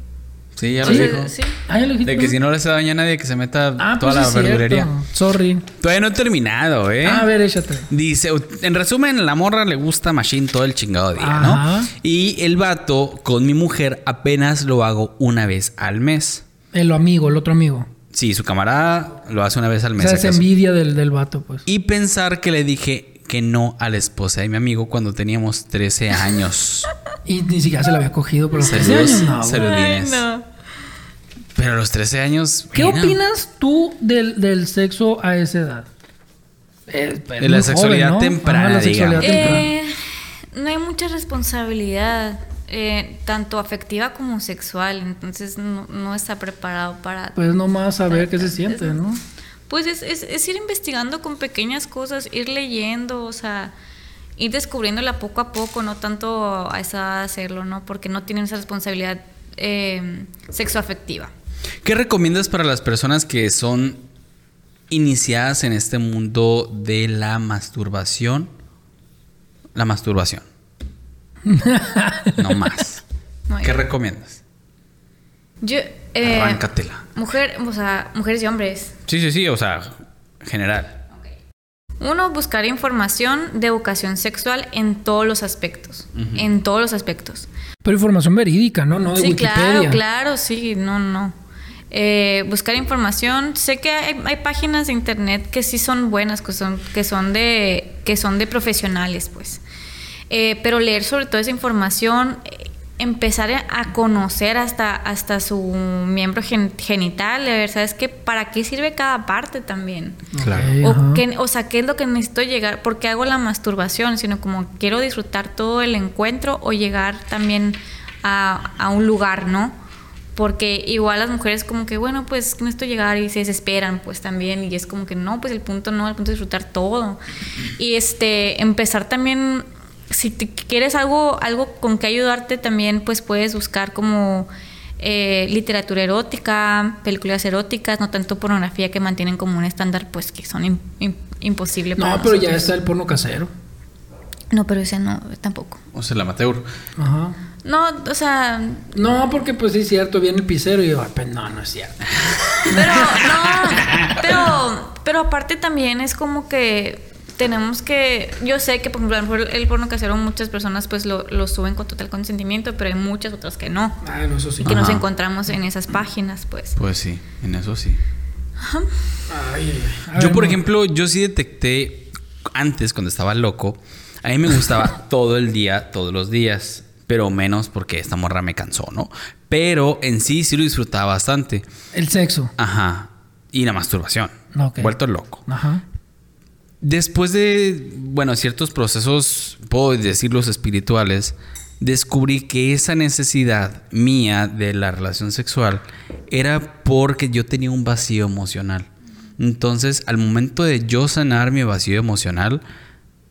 Speaker 2: sí, ya
Speaker 3: O
Speaker 2: lo
Speaker 3: sea,
Speaker 2: dijo.
Speaker 3: sí.
Speaker 1: Ah, ya lo dijiste,
Speaker 2: De que
Speaker 1: ¿no?
Speaker 2: si no le hace daño a nadie, que se meta
Speaker 1: Ah,
Speaker 2: toda
Speaker 1: pues
Speaker 2: la
Speaker 1: es
Speaker 2: verdulería.
Speaker 1: cierto. Ah. Sorry.
Speaker 2: Todavía no he terminado, ¿eh?
Speaker 1: A ver, échate.
Speaker 2: Dice, en resumen, la morra le gusta Machine todo el chingado día, ¿no?
Speaker 1: Ajá.
Speaker 2: Y el vato con mi mujer apenas lo hago una vez al mes.
Speaker 1: El amigo, el otro amigo.
Speaker 2: Sí, su camarada lo hace una vez al
Speaker 1: O
Speaker 2: mes.
Speaker 1: sea, es
Speaker 2: ¿acaso?
Speaker 1: envidia del, del vato, pues.
Speaker 2: Y pensar que le dije que no a la esposa de mi amigo cuando teníamos
Speaker 1: [laughs]
Speaker 2: 13 años.
Speaker 1: Y ni siquiera se la había cogido por los 13
Speaker 2: Saludos,
Speaker 1: años. No, güey.
Speaker 2: saludos. Saludines.
Speaker 3: no.
Speaker 2: Pero a los 13 años.
Speaker 1: ¿Qué
Speaker 2: mira,
Speaker 1: opinas tú del, del sexo a esa edad? Eh, pues,
Speaker 2: De la sexualidad temprana,
Speaker 1: la sexualidad
Speaker 2: digamos.
Speaker 1: temprana.
Speaker 3: Eh, no hay mucha responsabilidad, eh, tanto afectiva como sexual, entonces no, no está preparado para...
Speaker 1: Pues nomás saber qué se siente, ¿no?
Speaker 3: Pues es, es- es ir investigando con pequeñas cosas, ir leyendo, o sea, ir descubriéndola poco a poco, no tanto a esa edad hacerlo, ¿no? Porque no tienen esa responsabilidad eh, sexoafectiva.
Speaker 2: ¿Qué recomiendas para las personas que son iniciadas en este mundo de la masturbación? La masturbación. no más.
Speaker 3: No hay-
Speaker 2: ¿Qué recomiendas?
Speaker 3: Yo, eh,
Speaker 2: Arráncatela.
Speaker 3: Mujer, o sea, mujeres y hombres.
Speaker 2: Sí, sí, sí, o sea, general.
Speaker 3: Uno, buscar información de educación sexual en todos los aspectos. En todos los aspectos.
Speaker 1: Pero información verídica, ¿no? No de
Speaker 3: sí,
Speaker 1: Wikipedia.
Speaker 3: claro, claro, sí, no, no. Eh, buscar información. Sé que hay, hay páginas de internet que sí son buenas, que son, que son de, que son de profesionales, pues. Eh, pero leer sobre todo esa información, eh, empezar a conocer hasta, hasta su miembro gen- genital, de ver, ¿sabes qué? ¿Para qué sirve cada parte también?
Speaker 2: Claro.
Speaker 1: Ok,
Speaker 3: O,
Speaker 1: ajá.
Speaker 3: qué- o sea, ¿qué es lo que necesito llegar? ¿Por qué hago la masturbación? Sino como quiero disfrutar todo el encuentro o llegar también a, a un lugar, ¿no? Porque igual las mujeres como que, bueno, pues necesito llegar y se desesperan pues también y es como que no, pues el punto no, el punto es disfrutar todo. Y este, empezar también, si te quieres algo, algo con que ayudarte también, pues puedes buscar como eh, literatura erótica, películas eróticas, no tanto pornografía que mantienen como un estándar, pues que son im- im- imposible para
Speaker 1: No, pero ya
Speaker 3: nosotros.
Speaker 1: está el porno casero.
Speaker 3: No, pero ese no, tampoco.
Speaker 2: O sea, el amateur.
Speaker 1: Ajá.
Speaker 3: No, o sea,
Speaker 1: No, porque pues sí es cierto, viene el pisero y yo, "Ay, pues no, no es cierto.
Speaker 3: pero no, pero, pero aparte también es como que tenemos que, yo sé que por ejemplo a lo mejor el porno casero muchas personas pues lo, lo suben con total consentimiento, pero hay muchas otras que no,
Speaker 1: Ah, no, eso sí.
Speaker 3: y que nos
Speaker 2: Ajá.
Speaker 3: encontramos en esas páginas pues.
Speaker 2: Pues sí, en eso sí.
Speaker 1: Ay, ay,
Speaker 2: Yo, por
Speaker 1: no.
Speaker 2: ejemplo, yo sí detecté antes, cuando estaba loco, a mí me
Speaker 1: [laughs]
Speaker 2: gustaba todo el día, todos los días, pero menos porque esta morra me cansó, ¿no? Pero en sí sí lo disfrutaba bastante.
Speaker 1: El sexo.
Speaker 2: Ajá. Y la masturbación.
Speaker 1: Ok.
Speaker 2: Vuelto loco.
Speaker 1: Ajá.
Speaker 2: Después de, bueno, ciertos procesos, puedo decirlos espirituales, descubrí que esa necesidad mía de la relación sexual era porque yo tenía un vacío emocional. Entonces, al momento de yo sanar mi vacío emocional,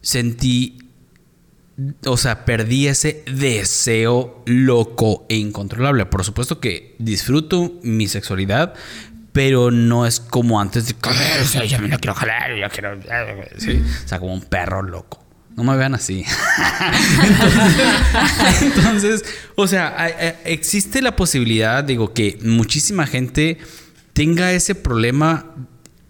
Speaker 2: sentí, o sea, perdí ese deseo loco e incontrolable. Por supuesto que disfruto mi sexualidad, pero no es como antes de comer, o sea, yo me la quiero jalar, yo quiero... ¿sí? O sea, como un perro loco. No me vean así.
Speaker 1: [laughs]
Speaker 2: Entonces, o sea, hay- hay- existe la posibilidad, digo, que muchísima gente tenga ese problema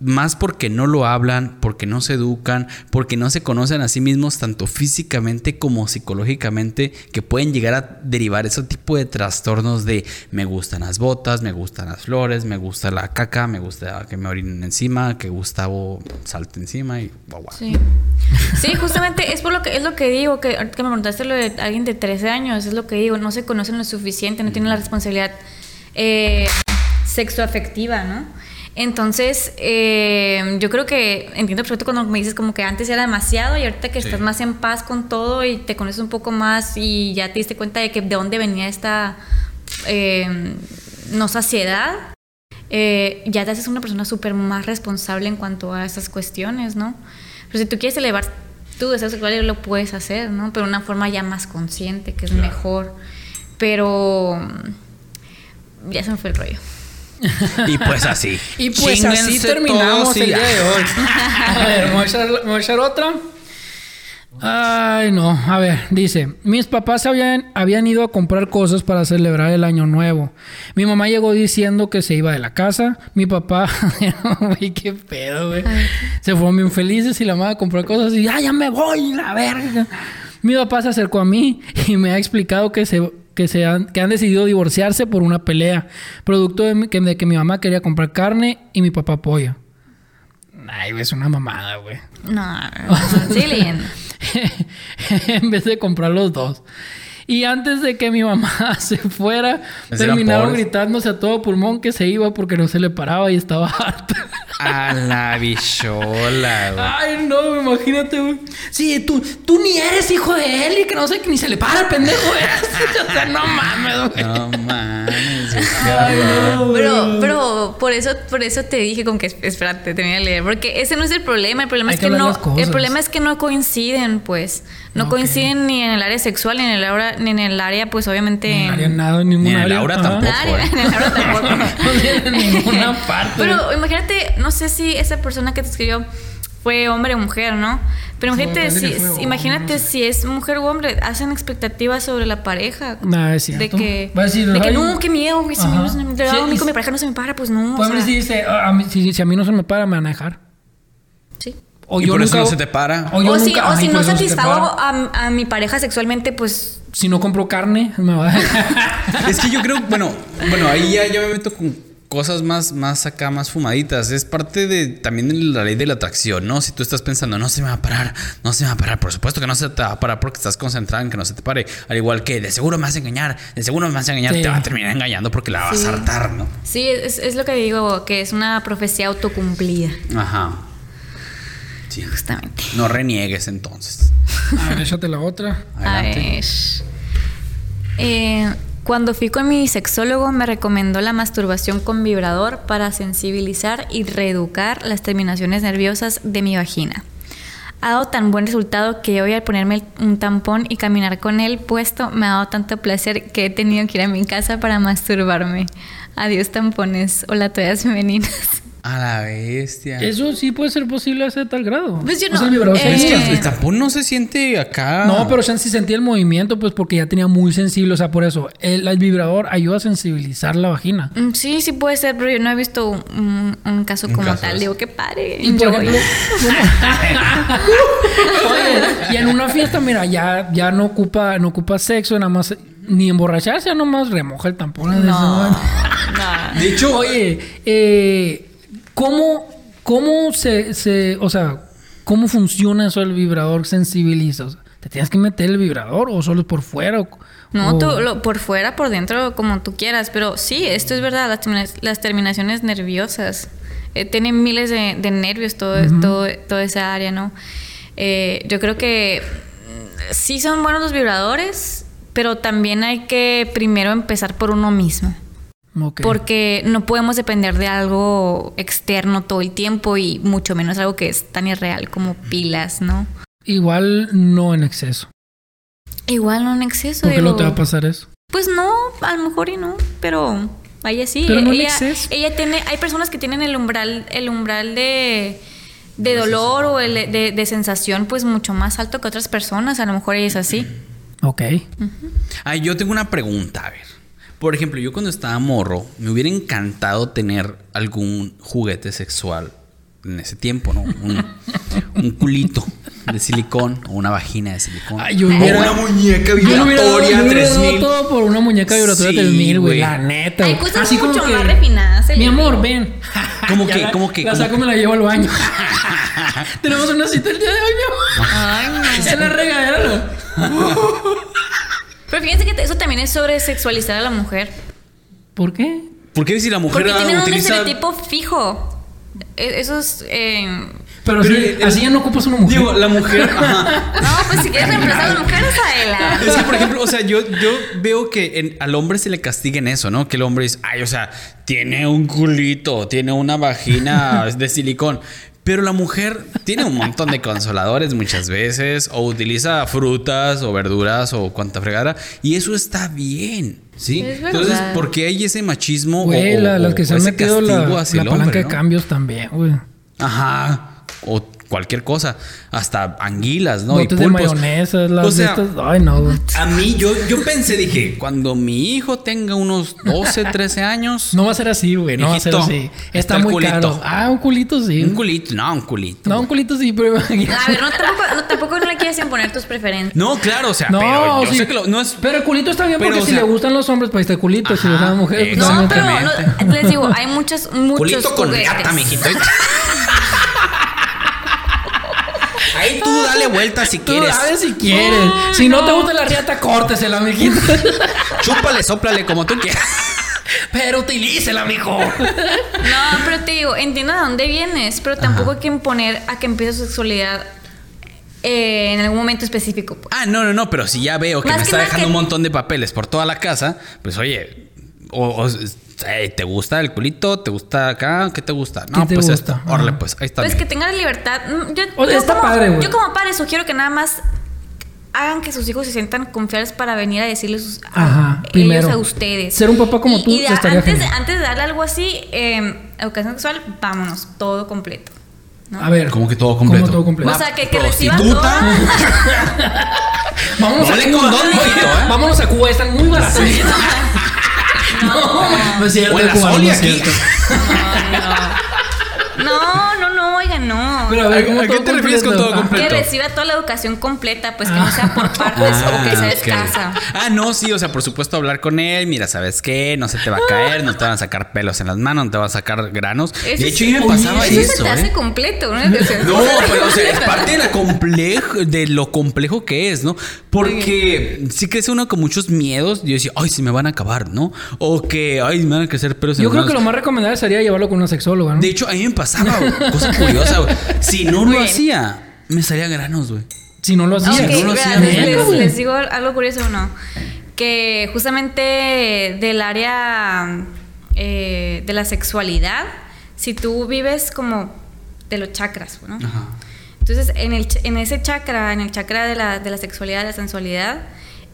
Speaker 2: más porque no lo hablan, porque no se educan, porque no se conocen a sí mismos tanto físicamente como psicológicamente, que pueden llegar a derivar ese tipo de trastornos de me gustan las botas, me gustan las flores, me gusta la caca, me gusta que me orinen encima, que Gustavo salte encima y guau, guau.
Speaker 3: Sí. Sí, justamente es por lo que es lo que digo, que ahorita que me preguntaste lo de alguien de 13 años, es lo que digo, no se conocen lo suficiente, no tienen la responsabilidad eh, sexoafectiva, ¿no? Entonces, eh, yo creo que entiendo perfecto cuando me dices como que antes era demasiado y ahorita que
Speaker 2: Sí.
Speaker 3: estás más en paz con todo y te conoces un poco más y ya te diste cuenta de que de dónde venía esta eh, no saciedad, eh, ya te haces una persona súper más responsable en cuanto a esas cuestiones, ¿no? Pero si tú quieres elevar tu deseo sexual, lo puedes hacer, ¿no? Pero de una forma ya más consciente, que es mejor. Pero mm, ya se me fue el rollo.
Speaker 2: Y pues así.
Speaker 1: Y pues así
Speaker 2: Chínguense
Speaker 1: terminamos
Speaker 2: todos y-
Speaker 1: el día de hoy. [laughs] A ver, me voy a echar, me voy a echar otra. Ay, no. A ver, dice, mis papás habían, habían ido a comprar cosas para celebrar el año nuevo. Mi mamá llegó diciendo que se iba de la casa. Mi papá, [laughs] güey, qué pedo, güey. Se fueron bien felices y la mamá compró cosas y, ah, ya me voy, la verga. Mi papá se acercó a mí y me ha explicado que se, que se han, que han decidido divorciarse por una pelea, producto de, mi- que, de que mi mamá quería comprar carne y mi papá pollo. Ay, güey, es una mamada, güey.
Speaker 3: No, sí, leyendo.
Speaker 1: [laughs] en vez de comprar los dos. Y antes de que mi mamá [laughs] se fuera,
Speaker 2: Eran
Speaker 1: terminaron
Speaker 2: pobres.
Speaker 1: gritándose a todo pulmón que se iba porque no se le paraba y estaba [laughs] harta.
Speaker 2: A la bichola, güey.
Speaker 1: Ay, no, imagínate, güey. Sí, tú, tú ni eres hijo de él y que no sé, que ni se le para el pendejo. güey. [laughs] o sea, no mames, güey.
Speaker 2: No mames, güey, qué
Speaker 1: Ay,
Speaker 2: horror.
Speaker 1: no, güey.
Speaker 3: Pero, pero por eso, por eso te dije con que es- espérate, termina de leer, porque ese no es el problema, el problema
Speaker 1: Hay
Speaker 3: es
Speaker 1: que
Speaker 3: que,
Speaker 1: hablar
Speaker 3: no,
Speaker 1: las cosas.
Speaker 3: el problema es que no coinciden, pues, no
Speaker 1: Ok.
Speaker 3: coinciden ni en el área sexual, ni en el área, ni en el área, pues obviamente
Speaker 1: Ni en área
Speaker 3: en-
Speaker 1: nada, en ningún
Speaker 2: Ni en el
Speaker 1: área.
Speaker 2: aura
Speaker 1: Ajá.
Speaker 2: tampoco.
Speaker 3: Nada, ni [laughs] en el área tampoco.
Speaker 1: [laughs] No tiene ninguna
Speaker 3: [laughs]
Speaker 1: parte.
Speaker 3: Pero imagínate, no sé si esa persona que te escribió fue hombre o mujer, ¿no? Pero
Speaker 1: Sí,
Speaker 3: imagínate,
Speaker 1: depende
Speaker 3: si,
Speaker 1: que fue hombre,
Speaker 3: imagínate
Speaker 1: no
Speaker 3: si es mujer o hombre, hacen expectativas sobre la pareja.
Speaker 1: Nah, Ah, es
Speaker 3: De
Speaker 1: cierto.
Speaker 3: que,
Speaker 1: Va a decir,
Speaker 3: de que
Speaker 1: "Ay,
Speaker 3: no, qué miedo, que si
Speaker 1: ajá.
Speaker 3: mi- de verdad,
Speaker 1: Sí,
Speaker 3: a mí
Speaker 1: y-
Speaker 3: con mi pareja no se me para, pues no. o
Speaker 1: Puede
Speaker 3: sea,
Speaker 1: si dice, "Ah, a mí- si, si a mí no se me para, me van a dejar.
Speaker 3: sí.
Speaker 1: O
Speaker 2: Y por eso no se te para.
Speaker 1: O, [laughs] yo
Speaker 3: O si,
Speaker 1: nunca-
Speaker 3: o
Speaker 1: ay, pues,
Speaker 3: si
Speaker 1: por
Speaker 3: no
Speaker 1: eso se te
Speaker 3: satisfago
Speaker 1: para.
Speaker 3: a, a mi pareja sexualmente, pues
Speaker 1: Si no compro carne, me va a dejar. [laughs]
Speaker 2: Es que yo creo, bueno, bueno, ahí ya yo me meto con cosas más, más acá, más fumaditas. Es parte de también de la ley de la atracción, ¿no? Si tú estás pensando, no se me va a parar, no se me va a parar, por supuesto que no se te va a parar porque estás concentrado en que no se te pare. Al igual que de seguro me vas a engañar, de seguro me vas a engañar,
Speaker 1: Sí.
Speaker 2: te va a terminar engañando porque la vas
Speaker 3: Sí.
Speaker 2: a hartar, ¿no?
Speaker 3: Sí, es, es lo que digo, que es una profecía autocumplida.
Speaker 2: Ajá. Sí.
Speaker 3: Justamente.
Speaker 2: No reniegues entonces.
Speaker 1: A ver, échate la otra.
Speaker 2: Adelante.
Speaker 3: A ver. Eh, cuando fui con mi sexólogo me recomendó la masturbación con vibrador para sensibilizar y reeducar las terminaciones nerviosas de mi vagina. Ha dado tan buen resultado que hoy al ponerme un tampón y caminar con él puesto me ha dado tanto placer que he tenido que ir a mi casa para masturbarme. Adiós tampones. Hola toallas femeninas.
Speaker 2: A la bestia.
Speaker 1: Eso sí puede ser posible a ese tal grado.
Speaker 3: Pues
Speaker 1: O
Speaker 3: yo
Speaker 1: sea,
Speaker 3: no-
Speaker 1: el vibrador
Speaker 3: eh,
Speaker 1: se
Speaker 2: Es que
Speaker 1: usa.
Speaker 2: el tampón no se siente acá.
Speaker 1: No, pero Shansi sentía el movimiento, pues porque ya tenía muy sensible. O sea, por eso, el, el vibrador ayuda a sensibilizar la vagina.
Speaker 3: Mm, Sí, sí puede ser, pero yo no he visto un, un- un caso
Speaker 2: Un
Speaker 3: como
Speaker 2: caso
Speaker 3: tal.
Speaker 2: de-
Speaker 3: Digo, que pare.
Speaker 1: Y por
Speaker 3: yo-
Speaker 1: ejemplo, Oye, y en una fiesta, mira, ya, ya no ocupa, no ocupa sexo, nada más, ni emborracharse, ya nomás remoja el tampón. en ese
Speaker 3: [laughs] No,
Speaker 1: momento.
Speaker 3: no.
Speaker 2: De hecho,
Speaker 1: Oye, eh, ¿cómo, cómo se, se- o sea, cómo funciona eso el vibrador sensibiliza? O sea, ¿Te tienes que meter el vibrador o solo es por fuera? o-
Speaker 3: No,
Speaker 1: o-
Speaker 3: tú, lo- por fuera, por dentro, como tú quieras, pero sí, esto es verdad, las, termina- las terminaciones nerviosas. eh, tienen miles de, de nervios todo, todo, toda esa área, ¿no? Eh, yo creo que mm, sí son buenos los vibradores, pero también hay que primero empezar por uno mismo.
Speaker 1: Ok.
Speaker 3: Porque no podemos depender de algo externo todo el tiempo y mucho menos algo que es tan irreal como pilas, ¿no?
Speaker 1: Igual no en exceso.
Speaker 3: Igual no en exceso.
Speaker 1: Porque
Speaker 3: digo.
Speaker 1: no te va a pasar eso.
Speaker 3: Pues no, a lo mejor y no, pero vaya sí.
Speaker 1: Pero no en
Speaker 3: ella,
Speaker 1: exceso.
Speaker 3: ella tiene, hay personas que tienen el umbral, el umbral de, de dolor o el de, de sensación, pues mucho más alto que otras personas. A lo mejor ella es así.
Speaker 1: Ok.
Speaker 2: Ay, yo tengo una pregunta, a ver. Por ejemplo, yo cuando estaba morro, me hubiera encantado tener algún juguete sexual en ese tiempo, ¿no? Un, un culito de silicón o una vagina de silicón.
Speaker 1: Ay, yo hubiera-
Speaker 2: O una muñeca
Speaker 1: Yo le hubiera dado- yo
Speaker 2: vibratoria
Speaker 1: le hubiera dado
Speaker 2: 3000.
Speaker 1: todo por una muñeca vibratoria
Speaker 2: Sí,
Speaker 1: 3000, güey.
Speaker 2: güey.
Speaker 1: La neta.
Speaker 3: Hay
Speaker 1: güey.
Speaker 3: cosas mucho más refinadas, eh. el
Speaker 1: Mi amor, [laughs]
Speaker 3: libro.
Speaker 1: ven.
Speaker 2: ¿Cómo
Speaker 1: Ya
Speaker 2: que-
Speaker 1: la-
Speaker 2: cómo que-
Speaker 1: La
Speaker 2: cómo
Speaker 1: saco
Speaker 2: que?
Speaker 1: me la llevo al baño. [laughs] Tenemos una cita el día de hoy, mi amor. [laughs]
Speaker 3: Ay,
Speaker 1: En la regadera.
Speaker 3: Pero fíjense que te- eso también es sobre sexualizar a la mujer.
Speaker 1: ¿Por qué?
Speaker 2: ¿Por qué si la mujer
Speaker 3: Porque
Speaker 2: ah,
Speaker 3: tienen un
Speaker 2: utiliza...
Speaker 3: estereotipo fijo. E- Eso es. eh,
Speaker 1: Pero,
Speaker 2: Pero,
Speaker 1: sí,
Speaker 2: eh,
Speaker 1: así ya no ocupas una mujer.
Speaker 2: Digo, la mujer... ajá.
Speaker 3: no, pues si quieres reemplazar a la mujer, es a ella.
Speaker 2: Es que, por ejemplo, o sea, yo, yo veo que en- al hombre se le castiga en eso, ¿no? Que el hombre dice, ay, o sea, tiene un culito, tiene una vagina de silicón. Pero la mujer tiene un montón de consoladores muchas veces, o utiliza frutas o verduras o cuanta fregada, y eso está bien, ¿sí?
Speaker 3: Es verdad.
Speaker 2: Entonces, ¿por qué hay ese machismo? o-
Speaker 1: Güey,
Speaker 2: o,
Speaker 1: la- las que
Speaker 2: o
Speaker 1: se han
Speaker 2: ese
Speaker 1: metido la,
Speaker 2: castigo hacia
Speaker 1: la
Speaker 2: el
Speaker 1: palanca
Speaker 2: hombre,
Speaker 1: de
Speaker 2: no?
Speaker 1: cambios también, güey.
Speaker 2: Ajá. O cualquier cosa, hasta anguilas, ¿no?
Speaker 1: Botes de
Speaker 2: pulpos.
Speaker 1: mayonesa, las
Speaker 2: O sea,
Speaker 1: de estas. Ay, no, güey.
Speaker 2: a mí, yo, yo pensé, dije, [laughs] cuando mi hijo tenga unos 12, 13 años,
Speaker 1: No va a ser así, güey. No va a ser
Speaker 2: Hijito,
Speaker 1: así.
Speaker 2: está
Speaker 1: Está
Speaker 2: el
Speaker 1: muy
Speaker 2: culito.
Speaker 1: caro. Ah, un culito sí.
Speaker 2: un culito, no, un culito.
Speaker 1: No, un culito sí, pero imagínate.
Speaker 3: A ver, no, tampoco, no, tampoco no le quieres imponer tus preferencias.
Speaker 2: No, claro, o sea,
Speaker 1: No,
Speaker 2: Ah, pero yo
Speaker 1: sí.
Speaker 2: sé que lo- no es.
Speaker 1: Pero el culito está bien
Speaker 2: Pero,
Speaker 1: porque
Speaker 2: o
Speaker 1: si
Speaker 2: sea-
Speaker 1: le gustan los hombres, pues está el culito. si
Speaker 2: Ajá,
Speaker 1: le gustan las mujeres, pues
Speaker 3: No,
Speaker 1: también.
Speaker 3: pero
Speaker 2: Exactamente.
Speaker 3: no, les digo, hay muchos, muchos
Speaker 2: culito con
Speaker 3: juguetes.
Speaker 2: gata,
Speaker 1: [laughs]
Speaker 2: mijito. Ahí tú dale vuelta si
Speaker 1: Tú
Speaker 2: quieres.
Speaker 1: sabes si quieres. si no, te gusta la riata, córtesela, mijito.
Speaker 2: [laughs] Chúpale, sóplale como tú quieras.
Speaker 1: pero utilícela, mijo.
Speaker 3: No, pero te digo, entiendo de dónde vienes, pero tampoco hay que imponer a que empiece su sexualidad eh, en algún momento específico. pues.
Speaker 2: Ah, no, no, no, pero si ya veo que
Speaker 3: Más
Speaker 2: me
Speaker 3: que
Speaker 2: está
Speaker 3: nada
Speaker 2: dejando
Speaker 3: que-
Speaker 2: un montón de papeles por toda la casa, pues oye, o, o- eh, ¿te gusta el culito? ¿Te gusta acá? ¿Qué te gusta? No,
Speaker 1: ¿Qué te
Speaker 2: pues
Speaker 1: gusta?
Speaker 2: esto. Órale,
Speaker 1: Ajá.
Speaker 2: pues ahí está.
Speaker 3: Pues
Speaker 2: mira.
Speaker 3: que tengan la libertad. Mm, Yo,
Speaker 1: O sea,
Speaker 3: yo
Speaker 1: está
Speaker 3: como,
Speaker 1: padre, güey.
Speaker 3: Yo como padre sugiero que nada más hagan que sus hijos se sientan confiados para venir a decirles sus, a-
Speaker 1: Ajá, primero.
Speaker 3: ellos a ustedes.
Speaker 1: Ser un papá como
Speaker 3: Y-
Speaker 1: tú
Speaker 3: y da-
Speaker 1: estaría
Speaker 3: antes, de-
Speaker 1: genial.
Speaker 3: antes de darle algo así, eh, educación sexual, vámonos, todo completo.
Speaker 1: A ver.
Speaker 2: Como que todo completo.
Speaker 1: Como todo completo.
Speaker 3: O sea, que, que reciban
Speaker 2: prostituta.
Speaker 3: toda-
Speaker 1: Vámonos
Speaker 2: No
Speaker 1: a
Speaker 2: le
Speaker 1: Cuba.
Speaker 2: condón, mijito, ¿eh?
Speaker 1: Vámonos a Cuba, están muy baratas.
Speaker 3: [laughs]
Speaker 1: [laughs] no, no es cierto.
Speaker 2: O en la
Speaker 1: Cuba,
Speaker 2: Soli
Speaker 1: no es [laughs]
Speaker 2: aquí.
Speaker 1: cierto.
Speaker 3: No, no, no, oiga, no.
Speaker 1: Pero a ver, ¿cómo
Speaker 2: ¿A qué
Speaker 1: todo
Speaker 2: te refieres con
Speaker 1: completo?
Speaker 2: todo
Speaker 1: Ah.
Speaker 3: Que
Speaker 2: completo?
Speaker 3: reciba toda la educación completa, pues que no sea
Speaker 2: [laughs]
Speaker 3: por partes o que sea
Speaker 2: Ah, ok.
Speaker 3: escasa.
Speaker 2: Ah, no, sí, o sea, por supuesto hablar con él, mira, ¿sabes qué? No se te va a caer, no te van a sacar pelos en las manos, no te van a sacar granos.
Speaker 3: Eso
Speaker 2: de hecho,
Speaker 3: sí.
Speaker 2: yo me pasaba
Speaker 3: eso.
Speaker 2: eso,
Speaker 3: se te
Speaker 2: ¿eh?
Speaker 3: hace
Speaker 2: [laughs]
Speaker 3: completo, una educación [laughs]
Speaker 2: No,
Speaker 3: completa.
Speaker 2: pero o sea, es parte de, la complejo, de lo complejo que es, ¿no? Porque sí crece uno con muchos miedos. Yo decía, ay, se me van a acabar, ¿no? O que, ay, me van a crecer pelos en
Speaker 1: Yo
Speaker 2: las
Speaker 1: creo que lo
Speaker 2: manos".
Speaker 1: más recomendable sería llevarlo con una sexóloga, ¿no?
Speaker 2: De hecho, a mí me pasaba, güey, cosa curiosa, güey. Si no lo
Speaker 3: Bien.
Speaker 2: hacía, me salía granos, güey.
Speaker 1: Si no lo hacía.
Speaker 2: Sí, [laughs]
Speaker 3: Ok,
Speaker 2: no lo
Speaker 3: vean,
Speaker 2: hacía
Speaker 3: les,
Speaker 2: nunca,
Speaker 3: les-
Speaker 2: güey.
Speaker 3: les digo algo curioso o no. Que justamente del área eh, de la sexualidad, si tú vives como de los chakras, ¿no?
Speaker 2: Ajá.
Speaker 3: Entonces, en, el, ch- en ese chakra, en el chakra de la, de la sexualidad, de la sensualidad,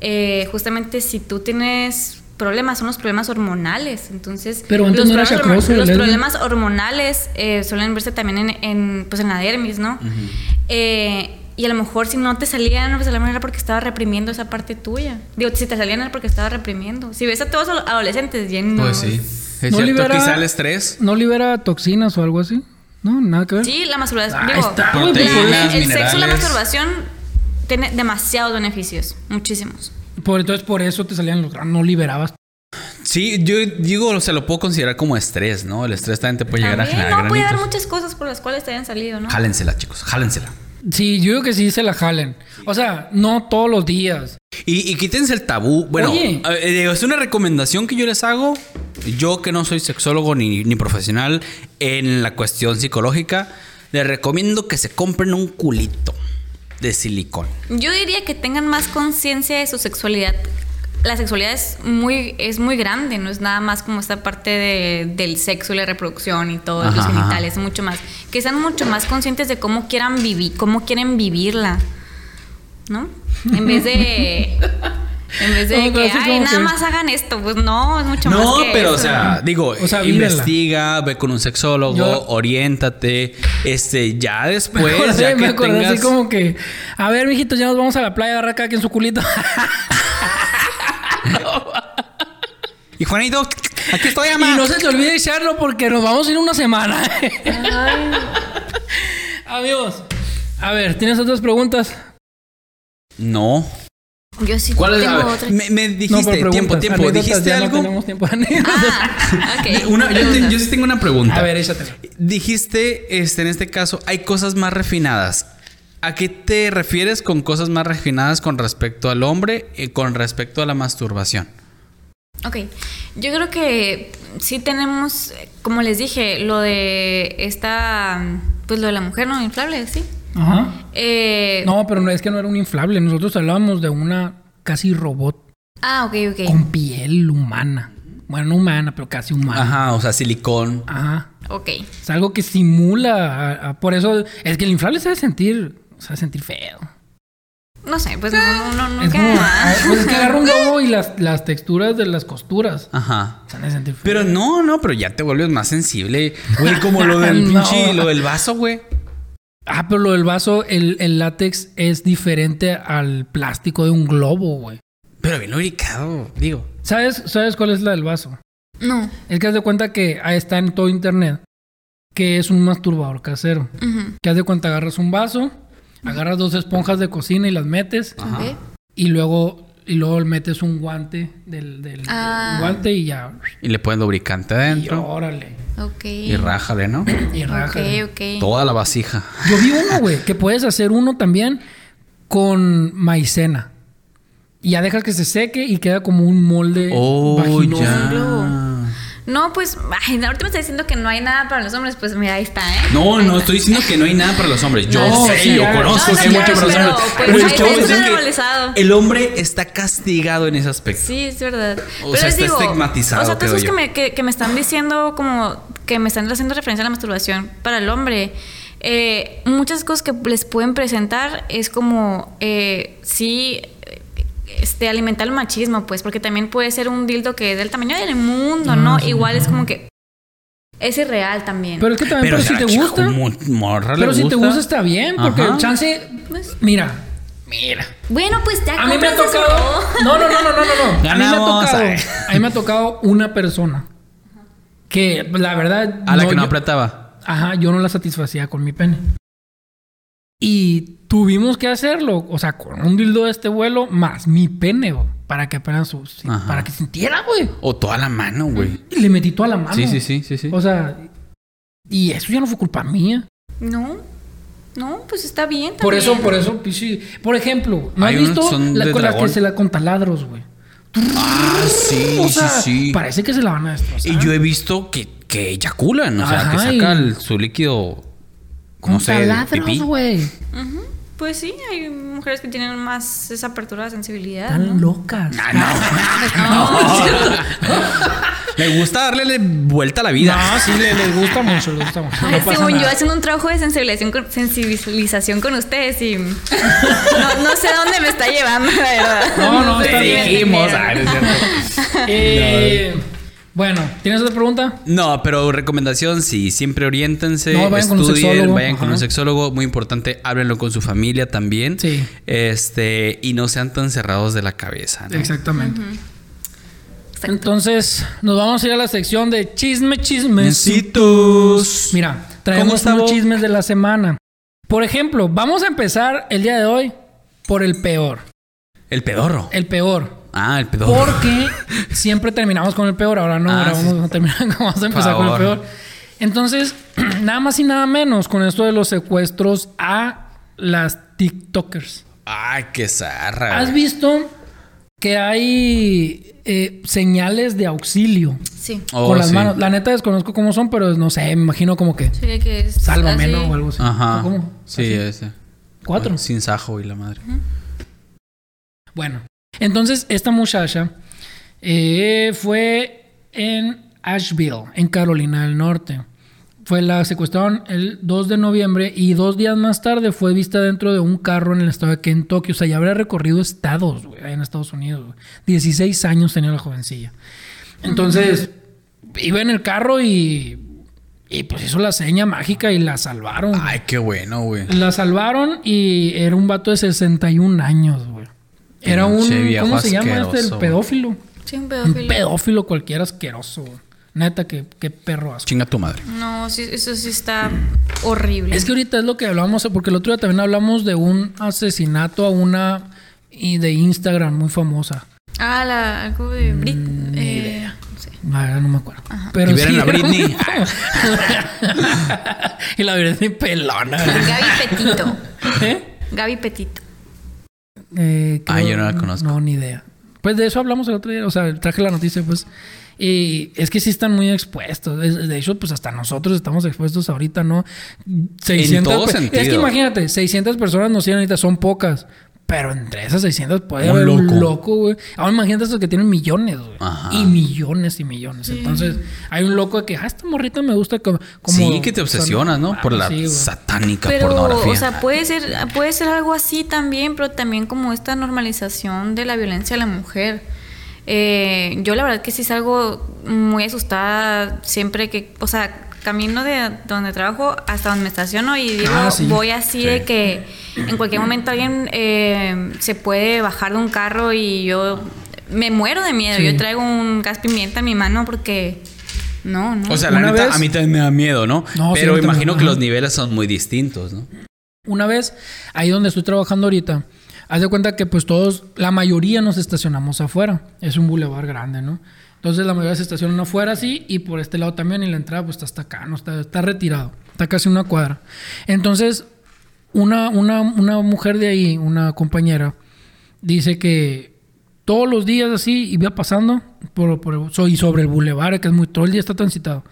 Speaker 3: eh, justamente si tú tienes problemas, son los problemas hormonales. Entonces,
Speaker 1: Pero antes
Speaker 3: los
Speaker 1: no era
Speaker 3: problemas
Speaker 1: chacroso,
Speaker 3: hormon- Los
Speaker 1: Leslie.
Speaker 3: problemas hormonales eh, suelen verse también en, en, pues, en la dermis, ¿no? Eh, y a lo mejor si no te salían, pues a lo mejor era porque estaba reprimiendo esa parte tuya. Digo, si te salían era porque estaba reprimiendo. Si ves a todos los adolescentes llenos.
Speaker 2: Pues sí. Es
Speaker 1: No
Speaker 2: cierto,
Speaker 1: libera-
Speaker 2: quizá el estrés.
Speaker 1: No libera toxinas o algo así. No, nada que ver.
Speaker 3: Sí, la masturbación.
Speaker 1: Ahí
Speaker 3: digo,
Speaker 1: está,
Speaker 3: la-
Speaker 1: güey, pues,
Speaker 2: Ah, proteínas,
Speaker 3: el sexo, la
Speaker 2: minerales.
Speaker 3: masturbación tiene demasiados beneficios, muchísimos.
Speaker 1: Por, entonces, por eso te salían los granos. No liberabas.
Speaker 2: Sí, yo digo, o sea, lo puedo considerar como estrés, ¿no? El estrés también te puede llegar a
Speaker 3: También,
Speaker 2: generar
Speaker 3: no, puede haber
Speaker 2: granitos.
Speaker 3: muchas cosas por las cuales te hayan salido, ¿no?
Speaker 2: Jálensela, chicos, jálensela.
Speaker 1: Sí, yo digo que sí se la jalen. O sea, no todos los
Speaker 2: [laughs]
Speaker 1: días.
Speaker 2: Y, y quítense el tabú. Bueno,
Speaker 1: Oye.
Speaker 2: eh, digo, es una recomendación que yo les hago. Yo que no soy sexólogo ni, ni profesional en la cuestión psicológica, les recomiendo que se compren un culito de silicón.
Speaker 3: Yo diría que tengan más conciencia de su sexualidad. La sexualidad es muy, es muy grande, no es nada más como esta parte de- del sexo y la reproducción y todos los
Speaker 2: Ajá, ajá.
Speaker 3: genitales, es mucho más. Que sean mucho más conscientes de cómo quieran vivir, cómo quieren vivirla, ¿no? En vez de... En [laughs] vez de
Speaker 1: No, pero
Speaker 3: que,
Speaker 1: sí
Speaker 3: ay,
Speaker 1: como
Speaker 3: nada
Speaker 1: que-
Speaker 3: más hagan esto, pues no, es mucho más.
Speaker 2: No,
Speaker 3: que
Speaker 2: pero o
Speaker 3: eso.
Speaker 2: sea, digo,
Speaker 1: O sea, vívela.
Speaker 2: investiga, ve con un sexólogo,
Speaker 1: Yo-
Speaker 2: oriéntate. Este, ya después,
Speaker 1: Me acordé,
Speaker 2: ya
Speaker 1: [laughs]
Speaker 2: que
Speaker 1: me acordé así
Speaker 2: tengas-
Speaker 1: como que... A ver, mijitos, ya nos vamos a la playa. Agarra cada quien su
Speaker 2: [laughs]
Speaker 1: culito.
Speaker 2: Y Juanito, aquí estoy,
Speaker 1: y
Speaker 2: amá.
Speaker 1: no se te olvide echarlo porque nos vamos a ir una
Speaker 2: [laughs]
Speaker 1: semana. Amigos. A ver, ¿tienes otras preguntas?
Speaker 2: No.
Speaker 3: Yo sí
Speaker 2: ¿Cuál es
Speaker 3: tengo
Speaker 2: la-
Speaker 3: otra.
Speaker 2: [laughs] Me, me dijiste,
Speaker 1: preguntas.
Speaker 2: tiempo, tiempo.
Speaker 1: Anécdotas,
Speaker 2: ¿Dijiste
Speaker 1: ya no
Speaker 2: algo?
Speaker 1: tenemos tiempo.
Speaker 2: [laughs]
Speaker 1: Anécdotas.
Speaker 3: Ah, ok.
Speaker 2: Una- yo, te- yo sí tengo una pregunta.
Speaker 1: A ver, échatelo.
Speaker 2: Dijiste, este, en este caso, hay cosas más refinadas. ¿A qué te refieres con cosas más refinadas con respecto al hombre y con respecto a la masturbación?
Speaker 3: Ok, yo creo que sí tenemos, eh, como les dije, lo de esta, pues lo de la mujer no inflable, sí.
Speaker 1: Ajá.
Speaker 3: Eh,
Speaker 1: No, pero no es que no era un inflable. Nosotros hablábamos de una casi robot
Speaker 3: Ah, ok, ok.
Speaker 1: con piel humana. Bueno, no humana, pero casi humana.
Speaker 2: Ajá, o sea, silicón.
Speaker 1: Ajá.
Speaker 3: Ok.
Speaker 1: Es algo que simula. a- a- por eso es que el inflable se debe sentir. Se debe sentir feo.
Speaker 3: No sé, pues no, no,
Speaker 1: Es
Speaker 3: nunca.
Speaker 1: como.
Speaker 3: [laughs]
Speaker 1: a- pues es que agarra un globo y las, las texturas de las costuras.
Speaker 2: Ajá.
Speaker 1: Se debe sentir feo.
Speaker 2: Pero no, no, pero ya te vuelves más sensible. Güey, como lo del
Speaker 1: [laughs] No.
Speaker 2: pinche, lo del vaso, güey.
Speaker 1: Ah, pero lo del vaso, el, el látex es diferente al plástico de un globo, güey.
Speaker 2: Pero bien lubricado, digo.
Speaker 1: ¿Sabes, ¿Sabes cuál es la del vaso?
Speaker 3: No.
Speaker 1: Es que haz de cuenta que ahí está en todo internet que es un masturbador casero.
Speaker 3: Ujú.
Speaker 1: Que haz de cuenta, agarras un vaso, agarras dos esponjas de cocina y las metes
Speaker 2: Ajá.
Speaker 3: Ok.
Speaker 1: y luego y luego le metes un guante del, del- del
Speaker 3: Ah.
Speaker 1: guante y ya.
Speaker 2: Y le ponen lubricante
Speaker 1: Y
Speaker 2: adentro.
Speaker 1: órale.
Speaker 3: Ok.
Speaker 2: Y
Speaker 1: oh.
Speaker 2: rájale, ¿no?
Speaker 1: Y raja.
Speaker 3: Ok, ok.
Speaker 2: Toda la vasija.
Speaker 1: Yo vi uno, güey, que puedes hacer uno también con maicena. Y ya dejas que se seque y queda como un molde
Speaker 2: Oh,
Speaker 1: vaginoso.
Speaker 2: ya.
Speaker 3: No, pues, ay, ahorita me está diciendo que no hay nada para los hombres, pues mira, ahí está, ¿eh?
Speaker 2: No, no estoy diciendo que no hay nada para los hombres. Yo
Speaker 1: No,
Speaker 2: sé,
Speaker 1: sí,
Speaker 2: yo
Speaker 1: ya.
Speaker 2: conozco
Speaker 1: No,
Speaker 2: que hay
Speaker 1: no,
Speaker 2: mucho para los
Speaker 1: pero,
Speaker 2: hombres.
Speaker 1: pues,
Speaker 2: Pero
Speaker 1: hay
Speaker 2: yo
Speaker 1: veces
Speaker 2: decir que
Speaker 3: normalizado.
Speaker 2: el hombre está castigado en ese aspecto.
Speaker 3: Sí, es verdad.
Speaker 2: O sea, está estigmatizado,
Speaker 3: O sea, todos
Speaker 2: creo
Speaker 3: esos que
Speaker 2: yo.
Speaker 3: me, que, que me están diciendo como que me están haciendo referencia a la masturbación para el hombre. eh, muchas cosas que les pueden presentar es como eh, sí eh, este alimentar el machismo, pues, porque también puede ser un dildo que es del tamaño del mundo, ¿no? Igual es como que es irreal también.
Speaker 1: Pero es que también,
Speaker 2: Pero,
Speaker 1: pero, si te gusta. Pero si te gusta está bien, porque
Speaker 2: Ajá.
Speaker 1: el chance.
Speaker 3: Pues,
Speaker 1: Mira. Mira.
Speaker 3: bueno, pues ya
Speaker 1: A mí me ha
Speaker 3: cómprense su
Speaker 1: tocado.
Speaker 3: robot.
Speaker 1: No, no, no, no, no, no. no. A mí me ha
Speaker 2: Ganamos,
Speaker 1: tocado.
Speaker 2: ay.
Speaker 1: A mí me ha tocado una persona que la verdad.
Speaker 2: A la que no
Speaker 1: yo-
Speaker 2: apretaba.
Speaker 1: Ajá, yo no la satisfacía con mi pene. Y tuvimos que hacerlo, o sea, con un dildo de este vuelo más mi pene, güey, para que apenas su- si-
Speaker 2: Ajá.
Speaker 1: para que sintiera, güey.
Speaker 2: O toda la mano, güey.
Speaker 1: Y le metí toda la mano.
Speaker 2: Sí, sí, sí, sí, sí.
Speaker 1: O sea, y eso ya no fue culpa mía.
Speaker 3: No. No, pues está bien.
Speaker 1: Por eso,
Speaker 3: también.
Speaker 1: por eso, pichi. Por ejemplo, ¿no has
Speaker 2: Hay unos
Speaker 1: visto
Speaker 2: que son
Speaker 1: la-
Speaker 2: de
Speaker 1: con las que
Speaker 2: dragón.
Speaker 1: se la con taladros, güey?
Speaker 2: Ah, sí,
Speaker 1: O sea,
Speaker 2: sí, sí.
Speaker 1: Parece que se la van a destrozar.
Speaker 2: Y yo he visto que, que eyaculan, o sea, que
Speaker 1: Ajá, y-
Speaker 2: sacan su líquido,
Speaker 1: con
Speaker 2: no sé, del pipí.
Speaker 1: taladros, güey.
Speaker 3: Ujú. Pues sí, hay mujeres que tienen más esa apertura de sensibilidad.
Speaker 1: Están
Speaker 3: ¿no?
Speaker 1: locas.
Speaker 2: Ah, [laughs] no. Me gusta darle vuelta a la vida.
Speaker 1: No, sí, le, les gusta mucho, les gusta mucho.
Speaker 3: Ay,
Speaker 1: No pasa
Speaker 3: según yo,
Speaker 1: nada.
Speaker 3: haciendo un trabajo de sensibilización con, sensibilización con ustedes y no, no sé dónde me está llevando, la verdad.
Speaker 1: No, no,
Speaker 3: sé
Speaker 1: está
Speaker 2: [laughs] Te
Speaker 3: si me
Speaker 1: bien.
Speaker 2: dijimos.
Speaker 3: entendieron.
Speaker 2: Ah, no es cierto.
Speaker 1: [laughs] Eh, bueno, ¿tienes otra pregunta?
Speaker 2: No, pero recomendación, sí, siempre oriéntense,
Speaker 1: No, vayan con un
Speaker 2: estudien,
Speaker 1: sexólogo,
Speaker 2: vayan con
Speaker 1: ajá.
Speaker 2: un sexólogo, muy importante, háblenlo con su familia también.
Speaker 1: Sí.
Speaker 2: Este, y no sean tan cerrados de la cabeza. ¿no?
Speaker 1: Exactamente. Entonces, nos vamos a ir a la sección de chisme, chismecito.
Speaker 2: Besitos.
Speaker 1: Mira,
Speaker 2: ¿Cómo
Speaker 1: traemos
Speaker 2: está,
Speaker 1: unos
Speaker 2: Bob?
Speaker 1: chismes de la semana. Por ejemplo, vamos a empezar el día de hoy por el peor.
Speaker 2: El pedorro.
Speaker 1: El peor.
Speaker 2: Ah, el pedorro. [laughs]
Speaker 1: Porque siempre terminamos con el peor. Ahora no,
Speaker 2: Ah,
Speaker 1: ahora
Speaker 2: sí.
Speaker 1: vamos a terminar- [laughs] vamos a empezar con el
Speaker 2: Favor.
Speaker 1: peor. Entonces, [clears throat] nada más y nada menos con esto de los secuestros a las TikTokers.
Speaker 2: Ay, qué zarra.
Speaker 1: ¿Has visto que hay eh, señales de auxilio
Speaker 3: Sí.
Speaker 2: Oh,
Speaker 1: con las
Speaker 2: sí.
Speaker 1: manos? La neta desconozco cómo son, pero no sé, me imagino como que
Speaker 3: Ah, Sí, que es
Speaker 1: sálvame
Speaker 3: así.
Speaker 1: ¿no? o algo así.
Speaker 2: Ajá.
Speaker 1: ¿O ¿Cómo?
Speaker 2: Sí, ese.
Speaker 1: ¿Cuatro?
Speaker 2: Sin sajo y la madre.
Speaker 1: Bueno, entonces esta muchacha eh, fue en Asheville, en Carolina del Norte. Fue la secuestraron el 2 de noviembre y dos días más tarde fue vista dentro de un carro en el estado de Kentucky. O sea, ya habrá recorrido estados güey, en Estados Unidos. güey. 16 años tenía la jovencilla. Entonces, iba en el carro y, y pues hizo la seña mágica y la salvaron. güey.
Speaker 2: Ay, qué bueno, güey.
Speaker 1: La salvaron y era un vato de 61 años, güey. Era un.
Speaker 2: Pinche viejo
Speaker 1: ¿Cómo se llama
Speaker 2: asqueroso,
Speaker 1: este? El
Speaker 2: güey.
Speaker 1: pedófilo.
Speaker 3: Sí, un
Speaker 1: Un
Speaker 3: pedófilo.
Speaker 1: pedófilo cualquiera asqueroso, güey. Neta, qué, qué perro asco.
Speaker 2: Chinga tu madre.
Speaker 3: No, sí, eso sí está horrible.
Speaker 1: Es que ahorita es lo que hablábamos, porque el otro día también hablamos de un asesinato a una y de Instagram muy famosa.
Speaker 3: Ah, la, algo de Brit.
Speaker 1: Mm,
Speaker 3: eh, no sé.
Speaker 1: La verdad Ah, no me acuerdo. Pero
Speaker 2: Y vieron
Speaker 1: sí
Speaker 2: a
Speaker 1: era
Speaker 2: Britney.
Speaker 1: muy famosa. [laughs] y la Britney pelona. güey.
Speaker 3: Gaby
Speaker 1: [laughs]
Speaker 3: Petito.
Speaker 1: ¿Eh?
Speaker 3: Gaby Petito.
Speaker 1: Eh,
Speaker 2: Ah, yo no la conozco.
Speaker 1: No, ni idea. Pues de eso hablamos el otro día, o sea, traje la noticia, pues. Y es que sí están muy expuestos. Es- De hecho, pues hasta nosotros estamos expuestos ahorita, ¿no? 600
Speaker 2: todo
Speaker 1: pe- Es que
Speaker 2: sentido.
Speaker 1: imagínate, 600 personas nos siguen ahorita, son pocas. Pero entre esas 600 puede
Speaker 2: Un
Speaker 1: haber un
Speaker 2: loco.
Speaker 1: loco, güey. Ahora imagínate esos que tienen millones, güey.
Speaker 2: Ajá.
Speaker 1: Y millones y millones. Entonces, hay un loco de que, ah, esta morrita me gusta como... como-
Speaker 2: sí, que te obsesionas, ¿no?
Speaker 1: Ah,
Speaker 2: Por la
Speaker 1: sí, güey.
Speaker 2: satánica
Speaker 3: Pero,
Speaker 2: pornografía.
Speaker 3: o sea, puede ser, puede ser algo así también, pero también como esta normalización de la violencia a la mujer. Eh, yo la verdad que sí salgo muy asustada siempre que, o sea, camino de donde trabajo hasta donde me estaciono y digo,
Speaker 1: Ah, sí.
Speaker 3: voy así de
Speaker 2: Sí.
Speaker 3: que en cualquier momento alguien eh, se puede bajar de un carro y yo me muero de miedo.
Speaker 1: Sí.
Speaker 3: Yo traigo un gas pimienta en mi mano porque... No, no.
Speaker 2: O sea, la
Speaker 1: Una
Speaker 2: neta,
Speaker 1: vez-
Speaker 2: a mí también me da miedo, ¿no?
Speaker 1: No, sí, a
Speaker 2: Pero
Speaker 1: mí también,
Speaker 2: imagino que
Speaker 1: ajá.
Speaker 2: los niveles son muy distintos, ¿no?
Speaker 1: Una vez, ahí donde estoy trabajando ahorita, haz de cuenta que pues todos, la mayoría nos estacionamos afuera. Es un bulevar grande, ¿no? Entonces la mayoría se estacionan afuera así y por este lado también y la entrada pues está hasta acá, no está, está retirado. Está casi una cuadra. Entonces, una, una, una mujer de ahí, una compañera, dice que todos los días así iba pasando por, por, so- y sobre el bulevar, que es muy, todo el día está transitado.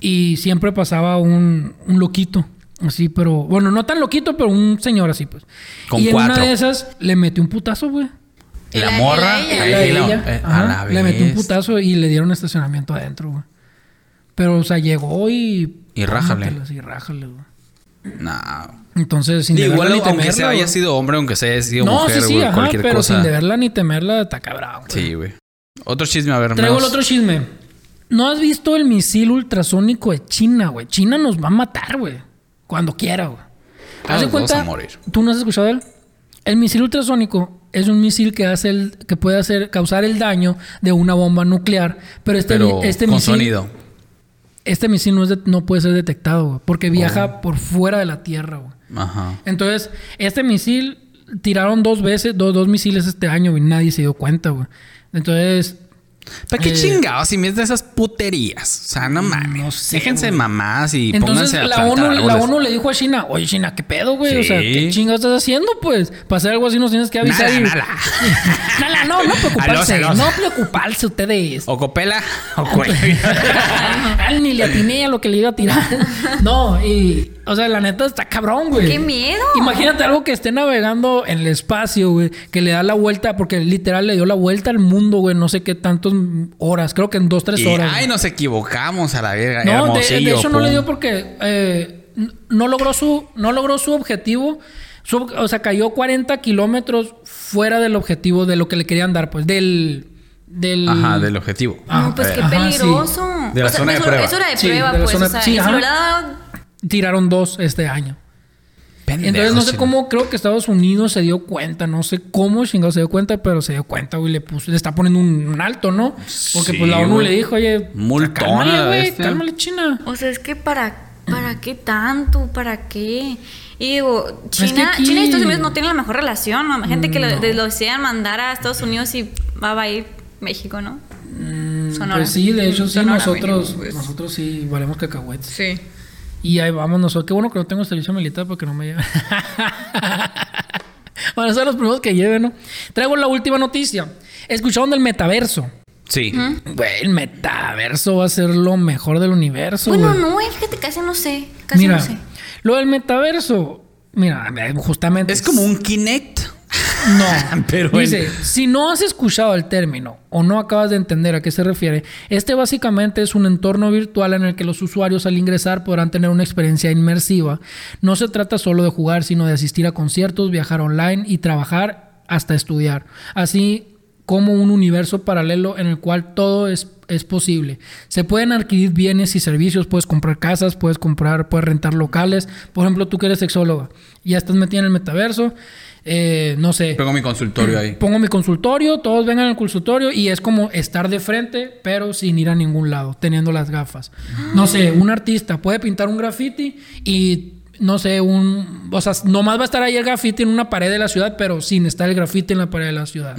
Speaker 1: Y siempre pasaba un, un loquito, así, pero bueno, no tan loquito, pero un señor así, pues.
Speaker 2: Con
Speaker 1: y en
Speaker 2: cuatro.
Speaker 1: una de esas le metió un putazo, güey.
Speaker 3: Y
Speaker 2: La
Speaker 3: la-
Speaker 2: morra.
Speaker 3: y la- y la-
Speaker 2: ahí
Speaker 1: La de
Speaker 2: la-
Speaker 1: ella,
Speaker 2: eh, a
Speaker 1: ajá,
Speaker 2: la
Speaker 1: le metió un
Speaker 2: vez.
Speaker 1: putazo y le dieron estacionamiento adentro, güey. Pero, o sea, llegó y.
Speaker 2: Y rájale.
Speaker 1: Pónmatelas, Y rájale, güey.
Speaker 2: Nah.
Speaker 1: Entonces, sin
Speaker 2: Igual,
Speaker 1: deberla ni
Speaker 2: aunque
Speaker 1: temerla,
Speaker 2: sea haya
Speaker 1: güey.
Speaker 2: sido hombre, aunque sea haya sido
Speaker 1: No,
Speaker 2: mujer,
Speaker 1: sí, sí,
Speaker 2: güey,
Speaker 1: ajá,
Speaker 2: cualquier
Speaker 1: pero
Speaker 2: cosa.
Speaker 1: sin deberla ni temerla está cabrón, güey.
Speaker 2: Sí, güey. Otro chisme, a ver,
Speaker 1: Traigo el
Speaker 2: menos.
Speaker 1: otro chisme. ¿No has visto el misil ultrasónico de China, güey? China nos va a matar, güey. Cuando quiera, güey. Haz de
Speaker 2: Ah, nos vamos a morir.
Speaker 1: ¿Tú no has escuchado de él? El misil ultrasónico es un misil que hace el, que puede hacer causar el daño de una bomba nuclear, pero este
Speaker 2: Pero
Speaker 1: este
Speaker 2: con
Speaker 1: misil
Speaker 2: sonido. Oh.
Speaker 1: este misil no, es de- no puede ser detectado, güey, porque viaja por fuera de la Tierra, güey.
Speaker 2: Ajá.
Speaker 1: Entonces, este misil tiraron dos veces, dos, dos misiles este año, güey. Nadie se dio cuenta, güey. Entonces,
Speaker 2: ¿Para qué
Speaker 1: Eh,
Speaker 2: chingados? Si me es de esas puterías. O sea, no mames.
Speaker 1: no sé,
Speaker 2: Déjense de
Speaker 1: güey.
Speaker 2: mamás y
Speaker 1: entonces
Speaker 2: pónganse a
Speaker 1: la
Speaker 2: plantar
Speaker 1: ONU, la
Speaker 2: árboles.
Speaker 1: ONU le dijo a China, oye China, ¿qué pedo, güey? O sea,
Speaker 2: Sí.
Speaker 1: ¿qué chingados estás haciendo, pues? Para hacer algo así nos tienes que avisar.
Speaker 2: Nada,
Speaker 1: y-
Speaker 2: nada.
Speaker 1: [laughs] Nada, no, no preocuparse.
Speaker 2: Aló, Oh, aló.
Speaker 1: No preocuparse ustedes.
Speaker 2: O copela [laughs] o
Speaker 1: [laughs]
Speaker 2: cuelga.
Speaker 1: Ay, ni le atiné a lo que le iba a tirar. [laughs] No, y, o sea, la neta está cabrón, güey.
Speaker 3: ¡Qué miedo!
Speaker 1: Imagínate algo que esté navegando en el espacio, güey, que le da la vuelta, porque literal le dio la vuelta al mundo, güey, no sé qué tantas horas, creo que en dos, tres
Speaker 2: Y,
Speaker 1: horas.
Speaker 2: ay,
Speaker 1: güey.
Speaker 2: nos equivocamos a la verga.
Speaker 1: no, de, de
Speaker 2: Ah, Hermosillo,
Speaker 1: hecho no le
Speaker 2: pum.
Speaker 1: dio porque eh, n- no, logró su, no logró su objetivo. Su- o sea, cayó 40 kilómetros fuera del objetivo de lo que le querían dar, pues, del... del
Speaker 2: Ajá, del objetivo.
Speaker 1: Ah,
Speaker 3: no, pues
Speaker 2: eh.
Speaker 3: qué
Speaker 1: Ajá,
Speaker 3: peligroso.
Speaker 2: sí. De la zona de
Speaker 3: eso,
Speaker 2: prueba.
Speaker 3: eso era de
Speaker 1: Sí,
Speaker 3: prueba,
Speaker 1: de la
Speaker 3: pues.
Speaker 1: zona-
Speaker 3: o sea,
Speaker 1: sí,
Speaker 3: y si
Speaker 1: ajá.
Speaker 3: lo hubiera dado-
Speaker 1: Tiraron dos este año.
Speaker 2: Pendejo,
Speaker 1: Entonces no sé
Speaker 2: sí.
Speaker 1: cómo creo que Estados Unidos se dio cuenta, no sé cómo chingado se dio cuenta, pero se dio cuenta, güey, le puso, le está poniendo un, un alto, ¿no? Porque
Speaker 2: Sí,
Speaker 1: pues la ONU
Speaker 2: güey.
Speaker 1: le dijo, oye,
Speaker 2: Multona este". la
Speaker 1: cálmale, güey,
Speaker 2: bestia.
Speaker 1: cálmale China.
Speaker 3: O sea, es que para, ¿para qué tanto? ¿Para qué? Y digo,
Speaker 1: Es que
Speaker 3: China,
Speaker 1: aquí- Mm,
Speaker 3: China y Estados Unidos no tienen la mejor relación, ¿no? Gente que lo, de- lo desean mandar a Estados Unidos y va a ir México, ¿no? Sonora.
Speaker 1: Pues sí, de hecho sí,
Speaker 3: Sonora,
Speaker 1: nosotros,
Speaker 3: mínimo, pues.
Speaker 1: nosotros sí valemos cacahuetes.
Speaker 3: Sí.
Speaker 1: Y ahí vamos nosotros. Qué bueno que no tengo servicio militar porque no me lleva. [laughs] bueno, son los primeros que lleven, ¿no? Traigo la última noticia. Escucharon del metaverso.
Speaker 2: Sí.
Speaker 1: Güey, el metaverso va a ser lo mejor del universo.
Speaker 3: Bueno,
Speaker 1: güey.
Speaker 3: no, eh, fíjate, casi no sé. Casi
Speaker 1: mira,
Speaker 3: no sé.
Speaker 1: lo del metaverso, mira, justamente.
Speaker 2: Es como un Kinect.
Speaker 1: No,
Speaker 2: [laughs] Pero
Speaker 1: dice,
Speaker 2: el-
Speaker 1: si no has escuchado el término o no acabas de entender a qué se refiere, este básicamente es un entorno virtual en el que los usuarios al ingresar podrán tener una experiencia inmersiva. No se trata solo de jugar, sino de asistir a conciertos, viajar online y trabajar hasta estudiar. Así como un universo paralelo en el cual todo es, es posible. Se pueden adquirir bienes y servicios, puedes comprar casas, puedes comprar, puedes rentar locales. Por ejemplo, tú que eres sexóloga, ya estás metida en el metaverso, eh, no sé.
Speaker 2: Tengo mi consultorio ahí.
Speaker 1: Pongo mi consultorio, todos vengan al consultorio y es como estar de frente, pero sin ir a ningún lado, teniendo las gafas. No
Speaker 3: Ah.
Speaker 1: sé, un artista puede pintar un graffiti y no sé, un. O sea, nomás va a estar ahí el graffiti en una pared de la ciudad, pero sin estar el graffiti en la pared de la ciudad.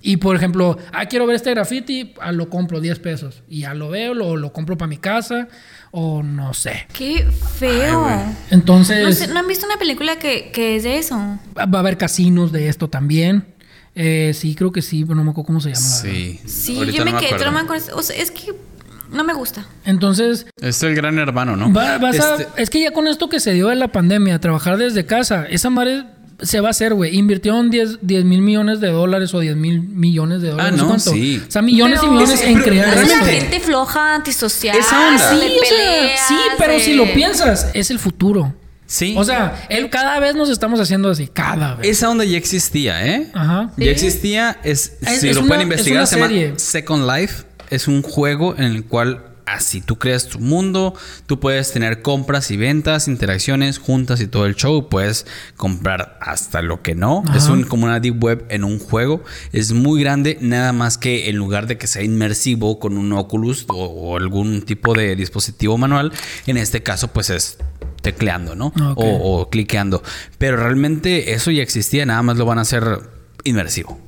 Speaker 1: Y por ejemplo, ah, quiero ver este graffiti, ah, lo compro 10 pesos. Y ya lo veo, lo, lo compro para mi casa, o no sé.
Speaker 3: Qué feo.
Speaker 1: Entonces.
Speaker 3: no, sé, ¿no han visto una película que, que es de eso?
Speaker 1: Va va a haber casinos de esto también. Eh, sí, creo que sí, pero no me acuerdo cómo se llama. la verdad.
Speaker 2: Sí.
Speaker 3: Sí,
Speaker 2: Ahorita
Speaker 3: yo me
Speaker 2: no
Speaker 3: quedé
Speaker 2: acuerdo.
Speaker 3: traumada con eso. O sea, es que no me gusta.
Speaker 1: Entonces,
Speaker 2: Es el gran hermano, ¿no?
Speaker 1: va- vas a-
Speaker 2: Este-
Speaker 1: es que ya con esto que se dio de la pandemia, trabajar desde casa, esa madre se va a hacer, güey. Invirtieron 10, 10 mil millones de dólares o 10 mil millones de dólares.
Speaker 2: Ah, no,
Speaker 1: cuánto.
Speaker 2: sí.
Speaker 1: O sea, millones
Speaker 3: Pero-
Speaker 1: y millones
Speaker 2: Sí,
Speaker 1: en
Speaker 2: pero
Speaker 1: crear
Speaker 3: Es una
Speaker 2: realmente-
Speaker 1: esto.
Speaker 3: gente floja, antisocial.
Speaker 2: Esa onda.
Speaker 1: Sí,
Speaker 3: de
Speaker 1: o sea,
Speaker 3: peleas, eh.
Speaker 1: sí, pero
Speaker 3: de-
Speaker 1: si lo piensas, es el futuro.
Speaker 2: Sí.
Speaker 1: O sea, él cada vez nos estamos haciendo así, cada vez.
Speaker 2: Esa onda ya existía, ¿eh?
Speaker 1: Ajá.
Speaker 2: Ya existía, es,
Speaker 1: Es-
Speaker 2: si
Speaker 1: es
Speaker 2: lo
Speaker 1: una-
Speaker 2: pueden
Speaker 1: es
Speaker 2: investigar,
Speaker 1: una
Speaker 2: se llama
Speaker 1: serie.
Speaker 2: Second Life. Es un juego en el cual así tú creas tu mundo, tú puedes tener compras y ventas, interacciones, juntas y todo el show, puedes comprar hasta lo que no.
Speaker 1: Ajá.
Speaker 2: Es un, como una deep web en un juego. Es muy grande, nada más que en lugar de que sea inmersivo con un Oculus o, o algún tipo de dispositivo manual, en este caso pues es tecleando, ¿no?
Speaker 1: Ah, ok.
Speaker 2: O- o cliqueando. Pero realmente eso ya existía, nada más lo van a hacer inmersivo.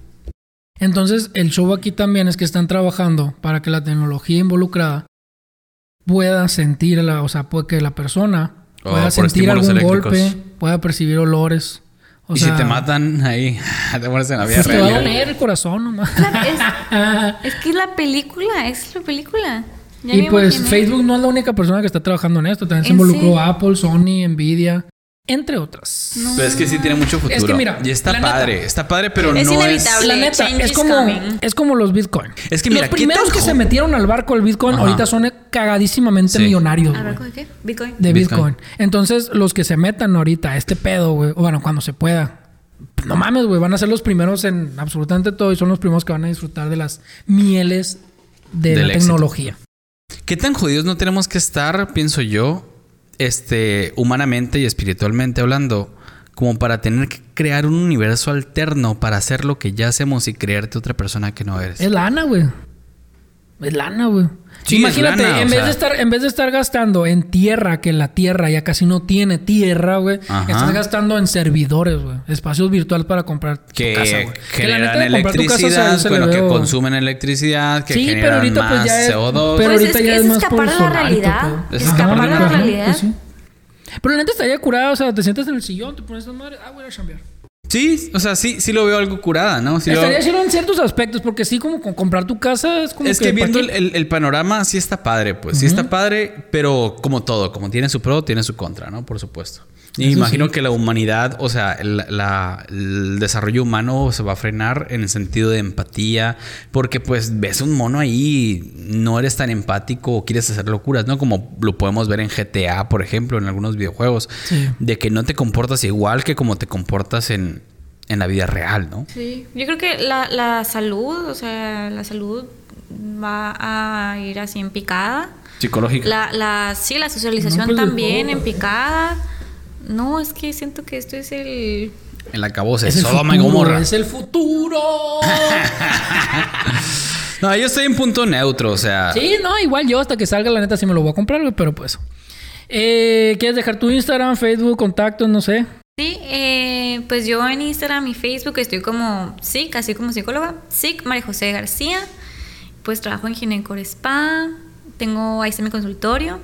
Speaker 1: Entonces, el show aquí también es que están trabajando para que la tecnología involucrada pueda sentir, la, o sea, puede que la persona
Speaker 2: Oh,
Speaker 1: pueda
Speaker 2: por
Speaker 1: sentir
Speaker 2: estímulos
Speaker 1: algún
Speaker 2: eléctricos.
Speaker 1: golpe, pueda percibir olores. O
Speaker 2: y
Speaker 1: sea,
Speaker 2: si te matan ahí, [laughs] te mueres en la vida
Speaker 1: pues te va a
Speaker 2: real.
Speaker 1: doler el corazón nomás. [laughs]
Speaker 3: Es que es la película, es la película. Ya
Speaker 1: y
Speaker 3: me
Speaker 1: pues
Speaker 3: imaginé.
Speaker 1: Facebook no es la única persona que está trabajando en esto. También se
Speaker 3: ¿En
Speaker 1: involucró
Speaker 3: serio?
Speaker 1: Apple, Sony, Nvidia, entre otras.
Speaker 2: Pero es que sí tiene mucho futuro.
Speaker 1: Es que mira,
Speaker 2: y está
Speaker 1: la neta-
Speaker 2: padre, está padre, pero
Speaker 3: Es
Speaker 2: no
Speaker 3: inevitable.
Speaker 1: La
Speaker 3: Sí,
Speaker 1: neta,
Speaker 3: change
Speaker 1: es
Speaker 3: is
Speaker 1: como,
Speaker 3: coming.
Speaker 1: es como los Bitcoin.
Speaker 2: Es que mira,
Speaker 1: los
Speaker 2: ¿qué
Speaker 1: primeros
Speaker 2: tan
Speaker 1: que
Speaker 2: jo-
Speaker 1: se metieron al barco del Bitcoin
Speaker 2: Ajá.
Speaker 1: ahorita son cagadísimamente
Speaker 2: Sí.
Speaker 1: millonarios.
Speaker 3: ¿A
Speaker 1: güey.
Speaker 3: ver, ¿con qué? Bitcoin.
Speaker 1: de
Speaker 2: Bitcoin.
Speaker 1: Bitcoin. Entonces, los que se metan ahorita a este pedo, güey, o bueno, cuando se pueda, no mames, güey, van a ser los primeros en absolutamente todo y son los primeros que van a disfrutar de las mieles de
Speaker 2: Del
Speaker 1: la
Speaker 2: éxito.
Speaker 1: tecnología.
Speaker 2: es- ¿Qué tan jodidos no tenemos que estar, pienso yo, este, humanamente y espiritualmente hablando, como para tener que crear un universo alterno para hacer lo que ya hacemos y creerte otra persona que no eres?
Speaker 1: Es lana, güey. Es lana, güey.
Speaker 2: Sí,
Speaker 1: Imagínate,
Speaker 2: es lana,
Speaker 1: en,
Speaker 2: o
Speaker 1: vez
Speaker 2: sea.
Speaker 1: de estar, en vez de estar gastando en tierra, que la tierra ya casi no tiene tierra, güey,
Speaker 2: Ajá.
Speaker 1: estás gastando en servidores, güey. Espacios virtuales para comprar
Speaker 2: que
Speaker 1: tu casa, güey. Que la
Speaker 2: generan
Speaker 1: neta de comprar tu casa se-
Speaker 2: electricidad,
Speaker 1: se le
Speaker 2: bueno, que
Speaker 1: veo-
Speaker 2: consumen electricidad, que
Speaker 1: Sí, pero
Speaker 2: generan
Speaker 1: ahorita, pues,
Speaker 2: más
Speaker 1: ya es-
Speaker 2: CO2.
Speaker 1: Pero
Speaker 3: Pues
Speaker 1: ahorita
Speaker 3: es que
Speaker 1: ya
Speaker 3: es
Speaker 1: es más
Speaker 3: escapar
Speaker 1: por
Speaker 3: de la
Speaker 1: solar y todo
Speaker 3: realidad.
Speaker 1: pedo.
Speaker 2: Es escapar
Speaker 1: Ajá,
Speaker 2: de la
Speaker 1: ajá,
Speaker 3: realidad.
Speaker 1: pues sí. Pero la neta estaría curada, o sea, te sientas en el sillón, te pones las madres, ah, voy a ir a chambear.
Speaker 2: Sí, o sea, sí, sí lo veo algo curada, ¿no? Sí lo-
Speaker 1: Estaría chido en ciertos aspectos, porque sí, como con comprar tu casa es como
Speaker 2: Es que
Speaker 1: ¿pa'
Speaker 2: viendo
Speaker 1: qué?
Speaker 2: el, el- el panorama sí está padre, pues sí está padre, pero como todo, como tiene su pro, tiene su contra, ¿no? Por supuesto. Y imagino que la humanidad, o sea, el, la- el desarrollo humano se va a frenar en el sentido de empatía, porque pues ves un mono ahí, no eres tan empático o quieres hacer locuras, ¿no? Como lo podemos ver en GTA, por ejemplo, en algunos videojuegos,
Speaker 1: Sí.
Speaker 2: de que no te comportas igual que como te comportas en, en la vida real, ¿no?
Speaker 3: Sí, yo creo que la, la salud, o sea, la salud va a ir así en picada.
Speaker 2: Psicológico.
Speaker 3: La, la, sí, la socialización
Speaker 1: No, pues, de
Speaker 3: también
Speaker 1: todo,
Speaker 3: en
Speaker 1: güey.
Speaker 3: picada. No, es que siento que esto es el...
Speaker 2: En la caboce,
Speaker 1: el
Speaker 2: Sodoma y
Speaker 1: futuro,
Speaker 2: Gomorra.
Speaker 1: Es el [laughs] futuro.
Speaker 2: No, yo estoy en punto neutro, o sea.
Speaker 1: sí, no, igual yo hasta que salga la neta sí me lo voy a comprar, güey, pero pues. Eh, ¿Quieres dejar tu Instagram, Facebook, contactos, no sé?
Speaker 3: Sí, eh, pues yo en Instagram y Facebook estoy como SIC, así como psicóloga. SIC, María José García. Pues trabajo en Ginecor Spa. Tengo, ahí está mi consultorio.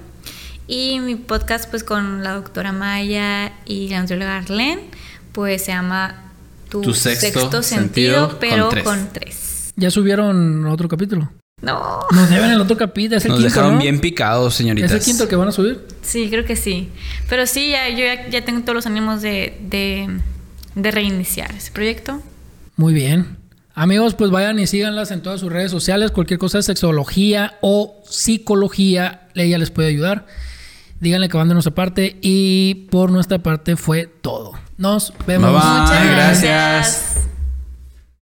Speaker 3: Y mi podcast, pues con la doctora Maya y la nutrióloga Arlene, pues se llama Tu,
Speaker 2: Tu sexto sentido
Speaker 3: pero
Speaker 2: con tres.
Speaker 3: con tres.
Speaker 1: Ya subieron otro capítulo.
Speaker 2: [laughs]
Speaker 3: No.
Speaker 1: Nos deben el otro capítulo, es el
Speaker 2: Nos
Speaker 1: quinto,
Speaker 2: dejaron
Speaker 1: ¿no?
Speaker 2: bien picados,
Speaker 1: Es
Speaker 2: señoritas.
Speaker 1: el quinto que van a subir.
Speaker 3: Sí, creo que sí. Pero sí, ya, yo ya, ya tengo todos los ánimos de, de, de reiniciar ese proyecto.
Speaker 1: Muy bien. Amigos, pues vayan y síganlas en todas sus redes sociales. Cualquier cosa de sexología o psicología, ella les puede ayudar. Díganle que van de nuestra parte y por nuestra parte fue todo. Nos vemos.
Speaker 2: Bye, bye.
Speaker 3: Muchas
Speaker 2: Ay, gracias.
Speaker 3: gracias.